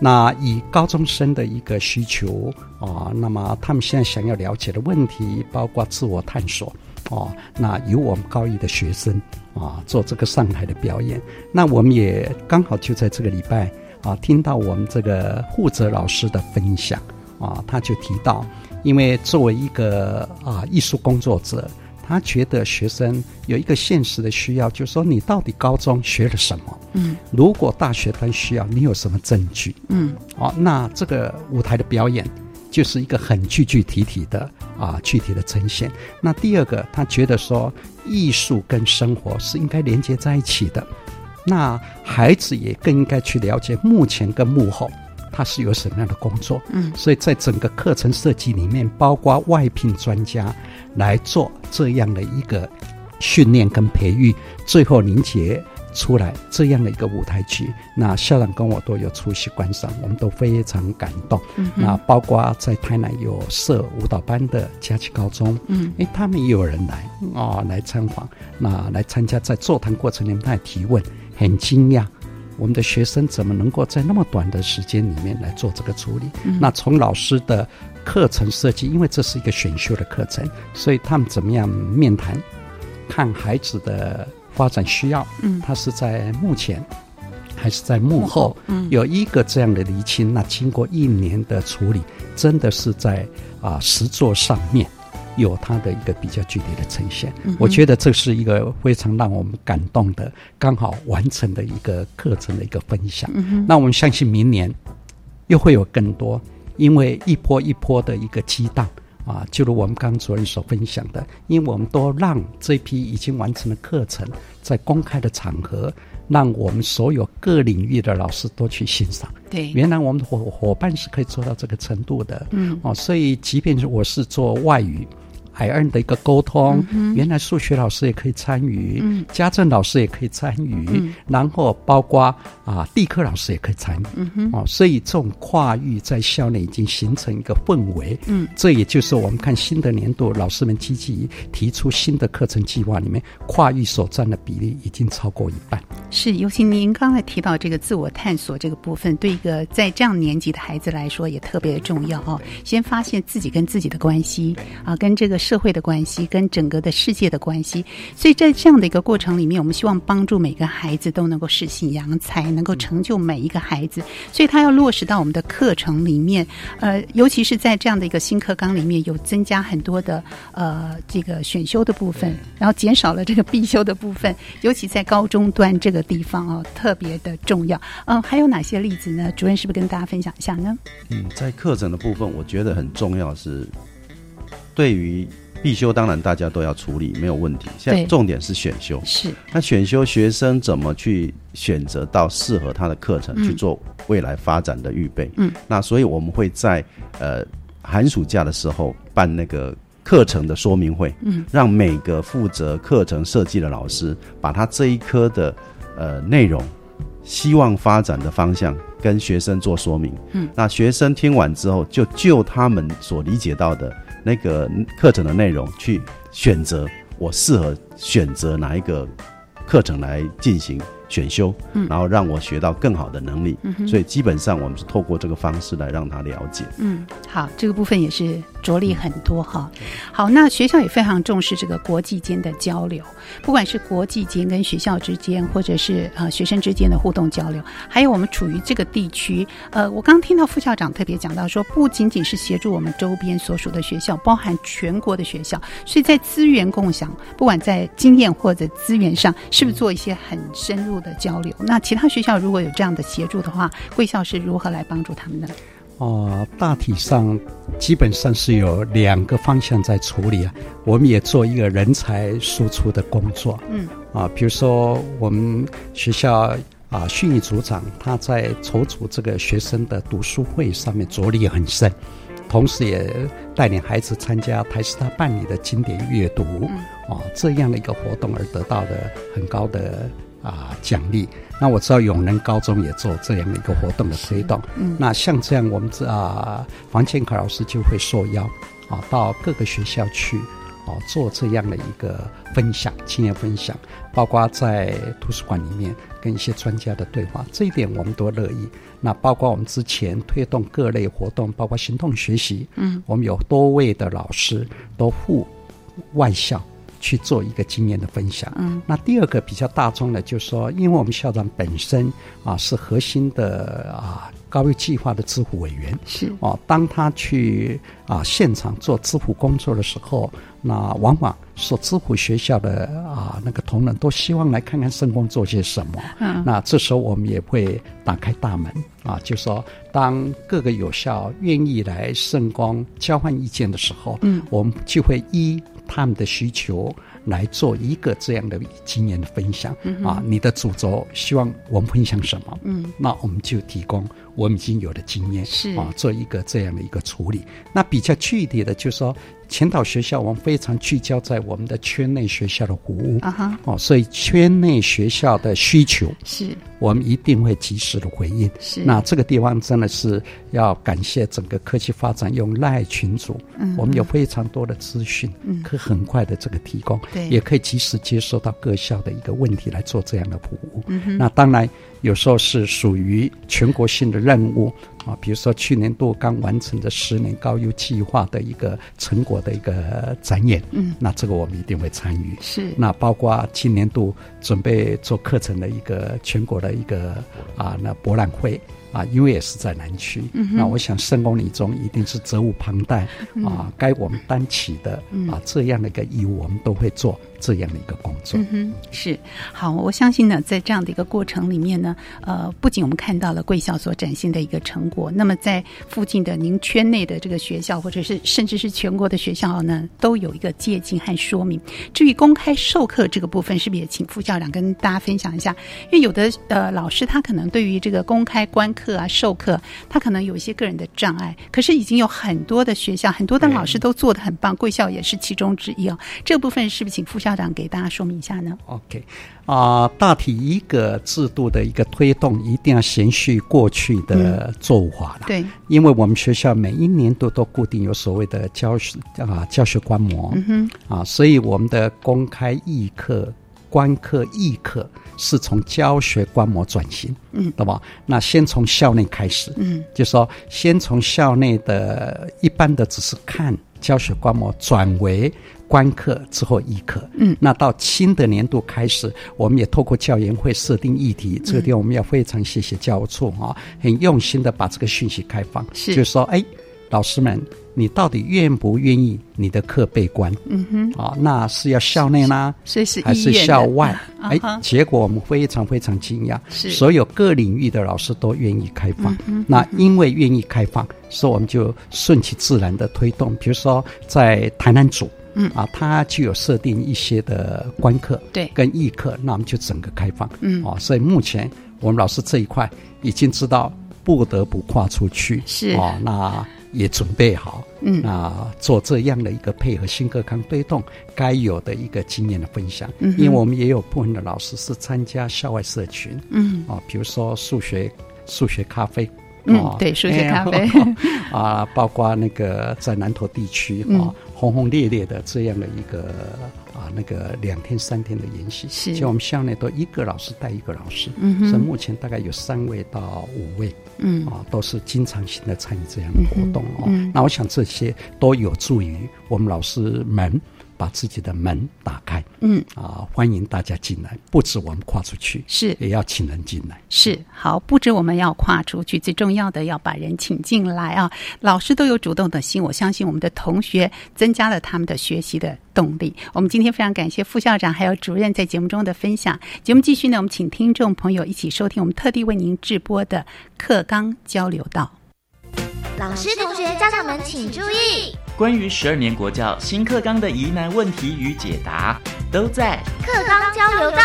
Speaker 3: 那以高中生的一个需求啊、那么他们现在想要了解的问题，包括自我探索，哦，那由我们高一的学生啊做这个上台的表演。那我们也刚好就在这个礼拜啊，听到我们这个负责老师的分享啊，他就提到，因为作为一个啊艺术工作者，他觉得学生有一个现实的需要，就是说你到底高中学了什么？
Speaker 6: 嗯
Speaker 3: 如果大学端需要，你有什么证据？
Speaker 6: 嗯
Speaker 3: 哦，那这个舞台的表演就是一个很具具体体的啊，具体的呈现。那第二个，他觉得说艺术跟生活是应该连接在一起的，那孩子也更应该去了解幕前跟幕后。他是有什么样的工作？
Speaker 6: 嗯
Speaker 3: 所以在整个课程设计里面，包括外聘专家来做这样的一个训练跟培育，最后凝结出来这样的一个舞台剧。那校长跟我都有出席观赏，我们都非常感动。
Speaker 6: 嗯哼
Speaker 3: 那包括在台南有设舞蹈班的佳琪高中，
Speaker 6: 嗯
Speaker 3: 诶，他们也有人来哦，来参访，那来参加，在座谈过程里面，他也提问，很惊讶。我们的学生怎么能够在那么短的时间里面来做这个处理？
Speaker 6: 嗯
Speaker 3: 那从老师的课程设计，因为这是一个选修的课程，所以他们怎么样面谈，看孩子的发展需要，
Speaker 6: 嗯
Speaker 3: 他是在目前还是在幕
Speaker 6: 幕
Speaker 3: 后
Speaker 6: 后，嗯
Speaker 3: 有一个这样的厘清。那经过一年的处理，真的是在啊、实作上面有它的一个比较具体的呈现。
Speaker 6: 嗯哼
Speaker 3: 我觉得这是一个非常让我们感动的，刚好完成的一个课程的一个分享。
Speaker 6: 嗯哼
Speaker 3: 那我们相信明年又会有更多，因为一波一波的一个激荡。啊，就如我们刚主任所分享的，因为我们都让这批已经完成的课程，在公开的场合，让我们所有各领域的老师都去欣赏。
Speaker 6: 对
Speaker 3: 原来我们的伙伙伴是可以做到这个程度的。
Speaker 6: 嗯
Speaker 3: 哦，所以即便是我是做外语。海岸的一个沟通，
Speaker 6: 嗯哼
Speaker 3: 原来数学老师也可以参与，
Speaker 6: 嗯
Speaker 3: 家政老师也可以参与，
Speaker 6: 嗯
Speaker 3: 然后包括啊地科老师也可以参与，
Speaker 6: 嗯哼
Speaker 3: 哦，所以这种跨域在校内已经形成一个氛围，
Speaker 6: 嗯
Speaker 3: 这也就是我们看新的年度，老师们积极提出新的课程计划里面，跨域所占的比例已经超过一半。
Speaker 2: 是，尤其您刚才提到这个自我探索这个部分，对一个在这样年纪的孩子来说也特别的重要哦。先发现自己跟自己的关系啊，跟这个社会的关系，跟整个的世界的关系。所以在这样的一个过程里面，我们希望帮助每个孩子都能够适性扬才，能够成就每一个孩子。所以他要落实到我们的课程里面，呃，尤其是在这样的一个新课纲里面，有增加很多的呃这个选修的部分，然后减少了这个必修的部分，尤其在高中端这个地方哦，特别的重要。嗯、还有哪些例子呢？主任是不是跟大家分享一下呢？
Speaker 4: 嗯，在课程的部分，我觉得很重要是，对于必修，当然大家都要处理，没有问题。现在
Speaker 2: 对
Speaker 4: 重点是选修，
Speaker 2: 是
Speaker 4: 那选修学生怎么去选择到适合他的课程、
Speaker 2: 嗯
Speaker 4: 去做未来发展的预备？
Speaker 2: 嗯
Speaker 4: 那所以我们会在呃寒暑假的时候办那个课程的说明会，
Speaker 6: 嗯
Speaker 4: 让每个负责课程设计的老师把他这一科的呃内容、希望发展的方向跟学生做说明。
Speaker 6: 嗯
Speaker 4: 那学生听完之后，就就他们所理解到的那个课程的内容去选择我适合选择哪一个课程来进行选修，
Speaker 6: 嗯
Speaker 4: 然后让我学到更好的能力。
Speaker 2: 嗯哼
Speaker 4: 所以基本上我们是透过这个方式来让他了解。
Speaker 2: 嗯，好，这个部分也是着力很多哈。好，那学校也非常重视这个国际间的交流，不管是国际间跟学校之间，或者是呃学生之间的互动交流，还有我们处于这个地区，呃，我刚听到副校长特别讲到说，不仅仅是协助我们周边所属的学校，包含全国的学校，所以在资源共享，不管在经验或者资源上，是不是做一些很深入的交流？那其他学校如果有这样的协助的话，贵校是如何来帮助他们呢？
Speaker 3: 哦，大体上基本上是有两个方向在处理啊。我们也做一个人才输出的工作，
Speaker 2: 嗯
Speaker 3: 啊，比如说我们学校啊，训育组长他在筹组这个学生的读书会上面着力很深，同时也带领孩子参加台师大办理的经典阅读，啊这样的一个活动而得到的很高的啊奖励。那我知道永仁高中也做这样的一个活动的推动，
Speaker 6: 嗯
Speaker 3: 那像这样我们这啊房建凯老师就会受邀啊到各个学校去。哦，做这样的一个分享，经验分享，包括在图书馆里面跟一些专家的对话，这一点我们都乐意。那包括我们之前推动各类活动，包括行动学习，
Speaker 6: 嗯
Speaker 3: 我们有多位的老师都赴外校去做一个经验的分享。
Speaker 2: 嗯，
Speaker 3: 那第二个比较大众的，就是说，因为我们校长本身啊是核心的啊高育计划的支付委员，
Speaker 2: 是
Speaker 3: 哦，当他去啊现场做支付工作的时候，那往往所支付学校的啊那个同仁都希望来看看圣公做些什么。
Speaker 2: 嗯
Speaker 3: 那这时候我们也会打开大门啊，就说当各个有效愿意来圣光交换意见的时候，
Speaker 2: 嗯
Speaker 3: 我们就会依他们的需求来做一个这样的经验的分享、
Speaker 2: 嗯哼
Speaker 3: 啊。你的主轴希望我们分享什么？
Speaker 2: 嗯
Speaker 3: 那我们就提供我们已经有的经验，
Speaker 2: 是
Speaker 3: 啊，做一个这样的一个处理。那比较具体的，就是说前导学校，我们非常聚焦在我们的圈内学校的服务
Speaker 2: 啊哈
Speaker 3: 哦，所以圈内学校的需求
Speaker 2: 是
Speaker 3: 我们一定会及时的回应。
Speaker 2: 是
Speaker 3: 那这个地方真的是要感谢整个科技发展用赖群组，
Speaker 2: 嗯
Speaker 3: 我们有非常多的资讯，
Speaker 2: 嗯
Speaker 3: 可很快的这个提供，
Speaker 2: 对
Speaker 3: 也可以及时接收到各校的一个问题来做这样的服务。
Speaker 2: 嗯哼
Speaker 3: 那当然有时候是属于全国性的任务啊，比如说去年度刚完成的十年高优计划的一个成果的一个展演，
Speaker 2: 嗯
Speaker 3: 那这个我们一定会参与。
Speaker 2: 是
Speaker 3: 那包括今年度准备做课程的一个全国的一个啊那博览会啊，因为也是在南区，
Speaker 2: 嗯哼
Speaker 3: 那我想圣公理中一定是责无旁贷、
Speaker 2: 嗯
Speaker 3: 啊，该我们担起的、
Speaker 2: 嗯
Speaker 3: 啊这样的一个义务，我们都会做这样的一个工作。
Speaker 2: 嗯哼，是好，我相信呢，在这样的一个过程里面呢，呃，不仅我们看到了贵校所展现的一个成果，那么在附近的您圈内的这个学校，或者是甚至是全国的学校呢，都有一个借鉴和说明。至于公开授课这个部分，是不是也请副校长跟大家分享一下？因为有的呃老师他可能对于这个公开观课啊、授课，他可能有一些个人的障碍，可是已经有很多的学校、很多的老师都做得很棒，贵校也是其中之一哦。这部分是不是请副校长给大家说明一下呢？
Speaker 3: OK，啊、大体一个制度的一个推动，一定要延续过去的做法了。
Speaker 2: 嗯对，
Speaker 3: 因为我们学校每一年度都固定有所谓的教学啊、教学观摩，
Speaker 2: 嗯哼，
Speaker 3: 啊，所以我们的公开议课、观课、议课是从教学观摩转型，
Speaker 2: 嗯
Speaker 3: 懂吧？那先从校内开始，
Speaker 2: 嗯，
Speaker 3: 就说先从校内的一般的只是看教学观摩，转为观课之后议课，
Speaker 2: 嗯
Speaker 3: 那到新的年度开始，我们也透过教研会设定议
Speaker 2: 嗯
Speaker 3: 题，这个地方我们要非常谢谢教务处啊、很用心的把这个讯息开放，
Speaker 2: 是
Speaker 3: 就是说，哎，老师们，你到底愿不愿意你的课被关？
Speaker 2: 嗯哼，
Speaker 3: 啊、那是要校内啦，
Speaker 2: 所以是
Speaker 3: 还是
Speaker 2: 意愿的
Speaker 3: 校外？
Speaker 2: 啊
Speaker 3: 哎、
Speaker 2: 哈
Speaker 3: 结果我们非常非常惊讶，
Speaker 2: 是
Speaker 3: 所有各领域的老师都愿意开放。
Speaker 2: 嗯哼
Speaker 3: 那因为愿意开放，所以我们就顺其自然的推动，比如说在台南组。
Speaker 2: 嗯
Speaker 3: 啊，它就有设定一些的观课，
Speaker 2: 对
Speaker 3: 跟议课，那我们就整个开放，
Speaker 2: 嗯
Speaker 3: 哦，所以目前我们老师这一块已经知道不得不跨出去，
Speaker 2: 是
Speaker 3: 哦，那也准备好，
Speaker 2: 嗯
Speaker 3: 那做这样的一个配合新课纲推动该有的一个经验的分享，
Speaker 2: 嗯哼
Speaker 3: 因为我们也有部分的老师是参加校外社群，
Speaker 2: 嗯
Speaker 3: 啊，比如说数学数学咖啡。
Speaker 2: 嗯
Speaker 3: 啊
Speaker 2: 对数学咖啡
Speaker 3: 哎 啊，包括那个在南投地区啊、
Speaker 2: 嗯
Speaker 3: 轰轰烈烈的这样的一个啊那个两天三天的研习，
Speaker 2: 是
Speaker 3: 就我们校内都一个老师带一个老师，
Speaker 2: 嗯哼
Speaker 3: 所以目前大概有三位到五位，
Speaker 2: 嗯
Speaker 3: 啊，都是经常性的参与这样的活动
Speaker 2: 嗯
Speaker 3: 哦。
Speaker 2: 哼嗯
Speaker 3: 那我想这些都有助于我们老师们把自己的门打开，
Speaker 2: 嗯
Speaker 3: 啊，欢迎大家进来，不止我们跨出去，
Speaker 2: 是
Speaker 3: 也要请人进来。
Speaker 2: 是好，不止我们要跨出去，最重要的要把人请进来啊！老师都有主动的心，我相信我们的同学增加了他们的学习的动力。我们今天非常感谢副校长还有主任在节目中的分享。节目继续呢，我们请听众朋友一起收听我们特地为您直播的课纲交流道。
Speaker 9: 老师、同学、家长们请注意，
Speaker 10: 关于十二年国教新课纲的疑难问题与解答，都在。
Speaker 9: 课纲交流道。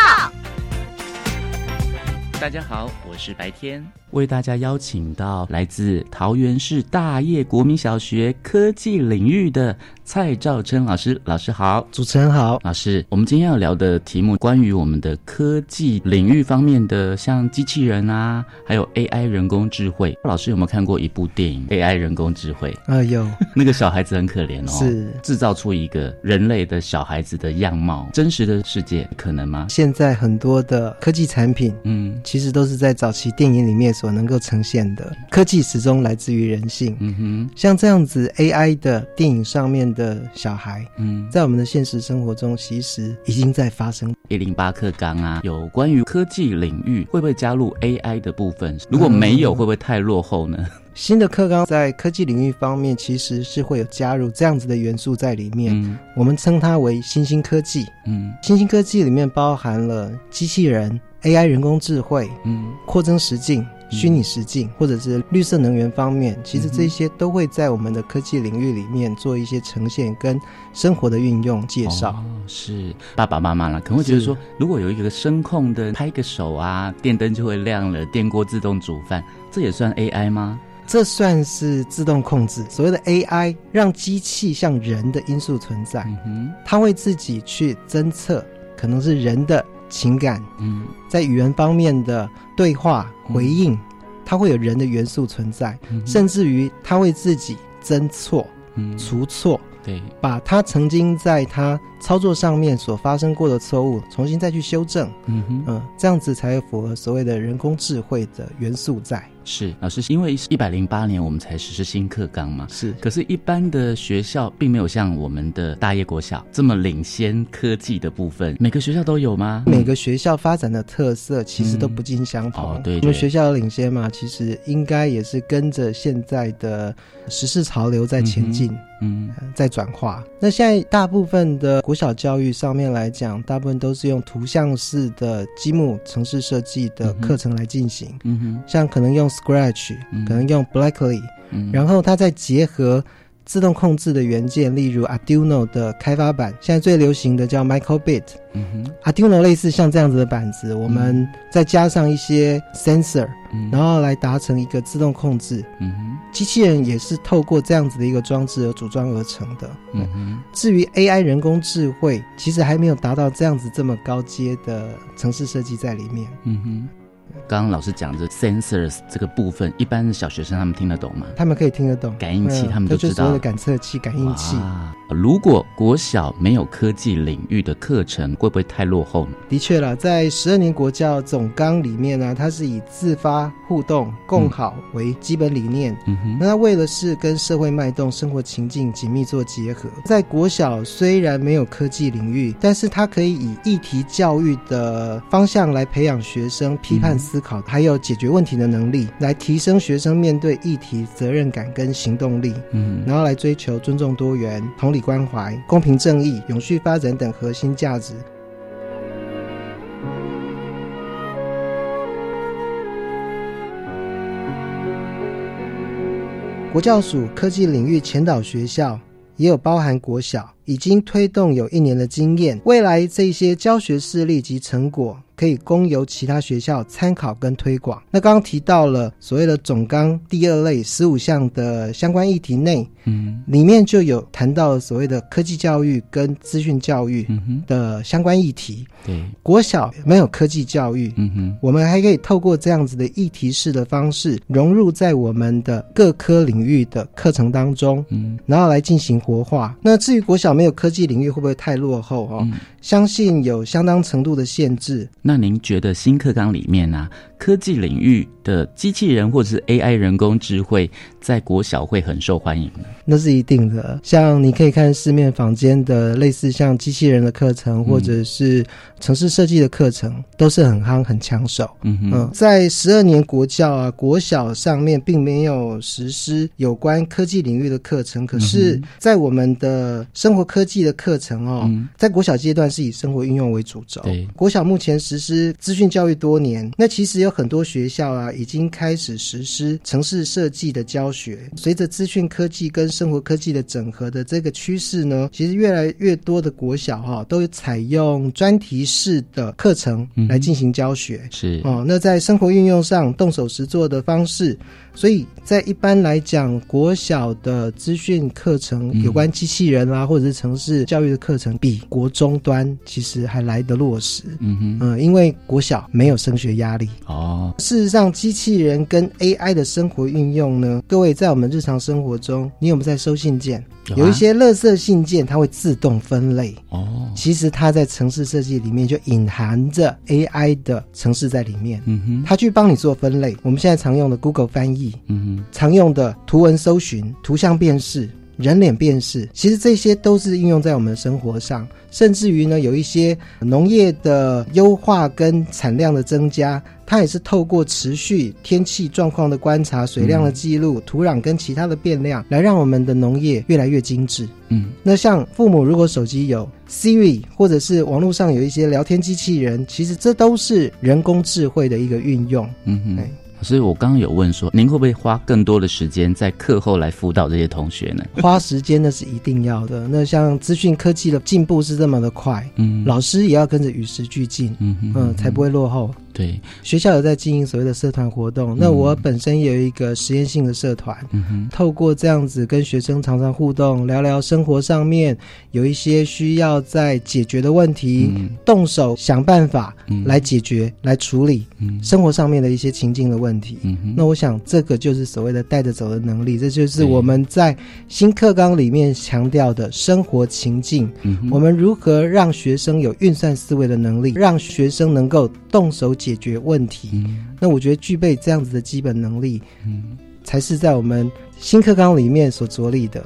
Speaker 10: 大家好，我是白天，为大家邀请到来自桃园市大业国民小学科技领域的蔡兆琛老师。老师好，
Speaker 6: 主持人好，
Speaker 10: 老师，我们今天要聊的题目关于我们的科技领域方面的，像机器人啊，还有 AI 人工智慧。老师有没有看过一部电影《AI 人工智慧》？
Speaker 6: 呃，有
Speaker 10: 那个小孩子很可怜哦，
Speaker 6: 是
Speaker 10: 制造出一个人类的小孩子的样貌，真实的世界可能吗？
Speaker 6: 现在很多的科技产品，
Speaker 10: 嗯，
Speaker 6: 其实都是在早期电影里面所能够呈现的。科技始终来自于人性，
Speaker 10: 嗯哼，
Speaker 6: 像这样子 AI 的电影上面的小孩，
Speaker 10: 嗯，
Speaker 6: 在我们的现实生活中其实已经在发生。
Speaker 10: 一零八课纲啊，有关于科技领域会不会加入 AI 的部分？如果没有，
Speaker 6: 嗯
Speaker 10: 会不会太落后呢？
Speaker 6: 新的课纲在科技领域方面其实是会有加入这样子的元素在里面，我们称它为新兴科技。
Speaker 10: 嗯，
Speaker 6: 新兴科技里面包含了机器人、AI 人工智慧、
Speaker 10: 嗯，
Speaker 6: 扩增实境、虚拟实境，或者是绿色能源方
Speaker 10: 嗯
Speaker 6: 面，其实这些都会在我们的科技领域里面做一些呈现跟生活的运用介绍。
Speaker 10: 哦、是爸爸妈妈啦，可能会觉得说，如果有一个声控的拍个手啊，电灯就会亮了，电锅自动煮饭，这也算 AI 吗？
Speaker 6: 这算是自动控制，所谓的 AI 让机器像人的因素存在，
Speaker 10: 嗯
Speaker 6: 它会自己去侦测，可能是人的情感，
Speaker 10: 嗯，
Speaker 6: 在语言方面的对话回应，它会有人的元素存在，
Speaker 10: 嗯哼
Speaker 6: 甚至于它会自己侦错、
Speaker 10: 嗯
Speaker 6: 除错，
Speaker 10: 对，
Speaker 6: 把它曾经在它操作上面所发生过的错误重新再去修正，
Speaker 10: 嗯哼，
Speaker 6: 嗯，这样子才符合所谓的人工智慧的元素在。
Speaker 10: 是老师，因为一百零八年我们才实施新课纲嘛，
Speaker 6: 是。
Speaker 10: 可是，一般的学校并没有像我们的大业国小这么领先科技的部分。每个学校都有吗？
Speaker 6: 每个学校发展的特色其实都不尽相同。
Speaker 10: 嗯哦对
Speaker 6: 我们
Speaker 10: 对
Speaker 6: 学校的领先嘛，其实应该也是跟着现在的时事潮流在前进，
Speaker 10: 嗯
Speaker 6: 呃在转化。那现在大部分的国小教育上面来讲，大部分都是用图像式的积木城市设计的课程来进行，
Speaker 10: 嗯哼，
Speaker 6: 像可能用 Scratch，、可能用 Blackly，、
Speaker 10: 嗯
Speaker 6: 然后它再结合。自动控制的元件，例如 Arduino 的开发板，现在最流行的叫 Microbit，
Speaker 10: 嗯哼，
Speaker 6: Arduino 类似像这样子的板子，我们再加上一些 sensor，、
Speaker 10: 嗯
Speaker 6: 然后来达成一个自动控制。
Speaker 10: 嗯哼，
Speaker 6: 机器人也是透过这样子的一个装置而组装而成的。
Speaker 10: 嗯哼，
Speaker 6: 至于 AI 人工智慧，其实还没有达到这样子这么高阶的城市设计在里面。
Speaker 10: 嗯哼。刚刚老师讲的 sensors 这个部分，一般的小学生他们听得懂吗？
Speaker 6: 他们可以听得懂
Speaker 10: 感应器
Speaker 6: 嗯
Speaker 10: 他们
Speaker 6: 它
Speaker 10: 都
Speaker 6: 就是
Speaker 10: 知
Speaker 6: 所谓
Speaker 10: 道
Speaker 6: 的。感测器、感应器。
Speaker 10: 哇如果国小没有科技领域的课程，会不会太落后呢？
Speaker 6: 的确啦，在十二年国教总纲里面呢、它是以自发、互动、共好为基本理念。
Speaker 10: 嗯哼，
Speaker 6: 那它为了是跟社会脉动、生活情境紧密做结合。在国小虽然没有科技领域，但是它可以以议题教育的方向来培养学生批
Speaker 10: 嗯
Speaker 6: 判思考，还有解决问题的能力，来提升学生面对议题责任感跟行动力。
Speaker 10: 嗯
Speaker 6: 然后来追求尊重多元、同理关怀、公平正义、永续发展等核心价值。国教署科技领域前导学校也有包含国小，已经推动有一年的经验。未来这些教学事例及成果可以供由其他学校参考跟推广。那刚刚提到了所谓的总纲第二类十五项的相关议题内，
Speaker 10: 嗯
Speaker 6: 里面就有谈到所谓的科技教育跟资讯教育
Speaker 10: 哼
Speaker 6: 的相关议题。
Speaker 10: 对，
Speaker 6: 国小没有科技教育，
Speaker 10: 嗯哼，
Speaker 6: 我们还可以透过这样子的议题式的方式，融入在我们的各科领域的课程当中，
Speaker 10: 嗯，
Speaker 6: 然后来进行活化。那至于国小没有科技领域会不会太落后哦？相信有相当程度的限制。
Speaker 10: 嗯那您觉得新课纲里面啊，科技领域的机器人或者是 AI 人工智慧在国小会很受欢迎呢？
Speaker 6: 那是一定的，像你可以看市面坊间的类似像机器人的课
Speaker 10: 嗯
Speaker 6: 程，或者是城市设计的课程，都是很夯、很抢手。
Speaker 10: 嗯哼
Speaker 6: 嗯，在十二年国教啊、国小上面并没有实施有关科技领域的课程，可是
Speaker 10: 嗯哼，
Speaker 6: 在我们的生活科技的课程哦，
Speaker 10: 嗯
Speaker 6: 在国小阶段是以生活运用为主轴。
Speaker 10: 对
Speaker 6: 国小目前实施资讯教育多年，那其实有很多学校啊已经开始实施城市设计的教学。随着资讯科技跟生活科技的整合的这个趋势呢，其实越来越多的国小哈、都采用专题式的课程
Speaker 10: 嗯哼
Speaker 6: 来进行教学。
Speaker 10: 是，
Speaker 6: 哦，那在生活运用上动手实做的方式，所以在一般来讲，国小的资讯课程
Speaker 10: 嗯
Speaker 6: 有关机器人啦、啊或者是城市教育的课程，比国中端其实还来得落实。
Speaker 10: 嗯哼，
Speaker 6: 嗯，因为国小没有升学压力。
Speaker 10: 哦，
Speaker 6: 事实上，机器人跟 AI 的生活运用呢，各位在我们日常生活中，你有没有在收信件？有啊
Speaker 10: 一些垃圾信件它会自动分类。
Speaker 6: 哦，
Speaker 10: 其实它在城市设计里面就隐含着 AI 的城市在里面。
Speaker 6: 嗯哼，
Speaker 10: 它去帮你做分类。我们现在常用的 Google 翻译，
Speaker 6: 嗯
Speaker 10: 常用的图文搜寻、图像辨识、人脸辨识，其实这些都是应用在我们的生活上，甚至于呢，有一些农业的优化跟产量的增加。它也是透过持续天气状况的观察、水量的记录、
Speaker 6: 嗯
Speaker 10: 土壤跟其他的变量，来让我们的农业越来越精致。
Speaker 6: 嗯
Speaker 10: 那像父母如果手机有 Siri，或者是网络上有一些聊天机器人，其实这都是人工智慧的一个运用。
Speaker 6: 嗯哼。所以我刚刚有问说，您会不会花更多的时间在课后来辅导这些同学呢？
Speaker 10: 花时间那是一定要的。那像资讯科技的进步是这么的快，
Speaker 6: 嗯
Speaker 10: 老师也要跟着与时俱进，
Speaker 6: 嗯哼
Speaker 10: 嗯，才不会落后。
Speaker 6: 对，
Speaker 10: 学校有在经营所谓的社团活动，那我本身也有一个实验性的社团，
Speaker 6: 嗯哼，
Speaker 10: 透过这样子跟学生常常互动，聊聊生活上面有一些需要在解决的问题，
Speaker 6: 嗯
Speaker 10: 动手想办法来解决、来处理、
Speaker 6: 嗯
Speaker 10: 生活上面的一些情境的问题。那我想这个就是所谓的带着走的能力，这就是我们在新课纲里面强调的生活情境。
Speaker 6: 嗯哼
Speaker 10: 我们如何让学生有运算思维的能力，让学生能够动手解决问题？那我觉得具备这样子的基本能力，
Speaker 6: 嗯
Speaker 10: 才是在我们新课纲里面所着力的。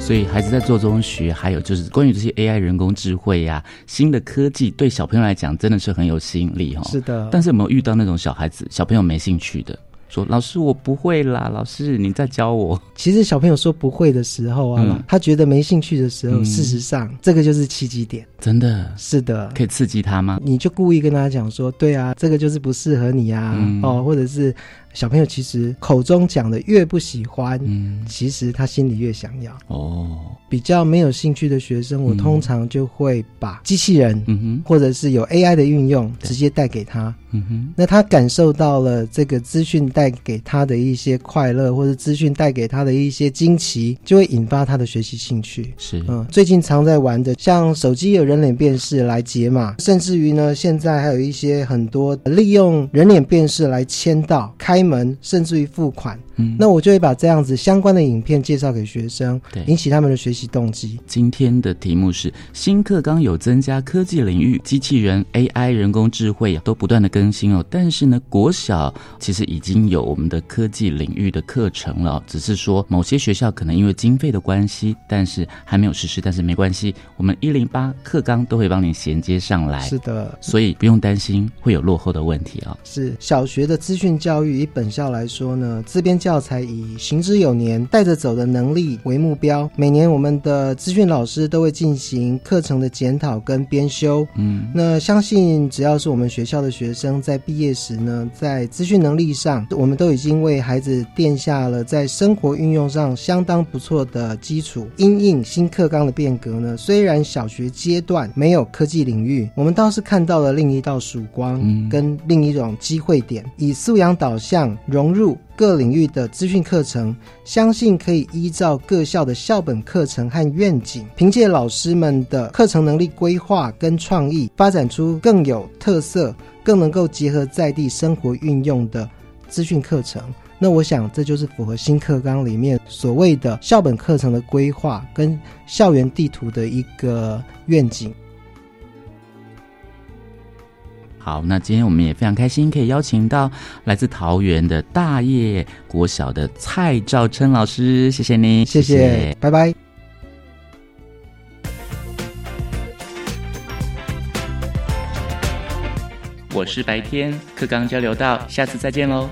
Speaker 6: 所以孩子在做中学，还有就是关于这些 AI 人工智慧呀、新的科技，对小朋友来讲真的是很有吸引力哦。
Speaker 10: 是的
Speaker 6: 但是有没有遇到那种小孩子小朋友没兴趣的，说老师我不会啦，老师你再教我。
Speaker 10: 其实小朋友说不会的时候啊，
Speaker 6: 嗯
Speaker 10: 他觉得没兴趣的时候，
Speaker 6: 嗯
Speaker 10: 事实上这个就是契机点。
Speaker 6: 真的
Speaker 10: 是的，
Speaker 6: 可以刺激他吗？
Speaker 10: 你就故意跟他讲说，对啊，这个就是不适合你啊，
Speaker 6: 嗯
Speaker 10: 哦，或者是小朋友其实口中讲的越不喜欢，
Speaker 6: 嗯
Speaker 10: 其实他心里越想要。
Speaker 6: 哦，
Speaker 10: 比较没有兴趣的学生，我通常就会把机器人，
Speaker 6: 嗯
Speaker 10: 或者是有 AI 的运用，直接带给他。
Speaker 6: 嗯哼，
Speaker 10: 那他感受到了这个资讯带给他的一些快乐，或者资讯带给他的一些惊奇，就会引发他的学习兴趣。
Speaker 6: 是，
Speaker 10: 嗯，最近常在玩的，像手机有人脸辨识来解码，甚至于呢，现在还有一些很多利用人脸辨识来签到、开门，甚至于付款。
Speaker 6: 嗯
Speaker 10: 那我就会把这样子相关的影片介绍给学生
Speaker 6: 对，
Speaker 10: 引起他们的学习动机。
Speaker 6: 今天的题目是新课纲有增加科技领域，机器人、AI、人工智慧啊都不断的更新哦。但是呢，国小其实已经有我们的科技领域的课程了哦，只是说某些学校可能因为经费的关系，但是还没有实施。但是没关系，我们一零八课纲都会帮你衔接上来，
Speaker 10: 是的，
Speaker 6: 所以不用担心会有落后的问题啊、哦。
Speaker 10: 是小学的资讯教育，以本校来说呢，自编教材以行之有年、带着走的能力为目标。每年我们的资讯老师都会进行课程的检讨跟编修。
Speaker 6: 嗯，
Speaker 10: 那相信只要是我们学校的学生，在毕业时呢，在资讯能力上，我们都已经为孩子奠下了在生活运用上相当不错的基础。因应新课纲的变革呢，虽然小学阶段没有科技领域，我们倒是看到了另一道曙光
Speaker 6: 嗯
Speaker 10: 跟另一种机会点，以素养导向融入。各领域的资讯课程，相信可以依照各校的校本课程和愿景，凭借老师们的课程能力规划跟创意，发展出更有特色、更能够结合在地生活运用的资讯课程。那我想，这就是符合新课纲里面所谓的校本课程的规划跟校园地图的一个愿景。
Speaker 6: 好，那今天我们也非常开心，可以邀请到来自桃园的大业国小的蔡兆琛老师，谢谢您，
Speaker 10: 谢谢，拜拜。
Speaker 6: 我是白天课纲交流到，下次再见喽。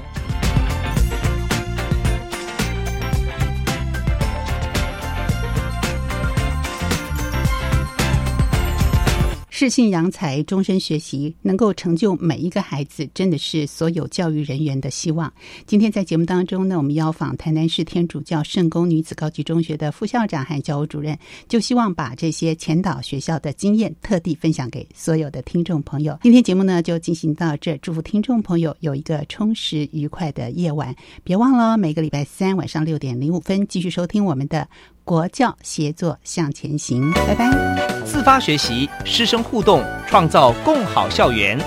Speaker 2: 适性扬才，终身学习，能够成就每一个孩子，真的是所有教育人员的希望。今天在节目当中呢，我们邀访台南市天主教圣公女子高级中学的副校长和教务主任，就希望把这些前导学校的经验特地分享给所有的听众朋友。今天节目呢就进行到这，祝福听众朋友有一个充实愉快的夜晚。别忘了每个礼拜三晚上六点零五分继续收听我们的国教协作向前行，拜拜。
Speaker 1: 自发学习，师生互动，创造共好校园。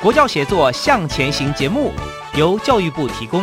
Speaker 1: 国教协作向前行节目由教育部提供。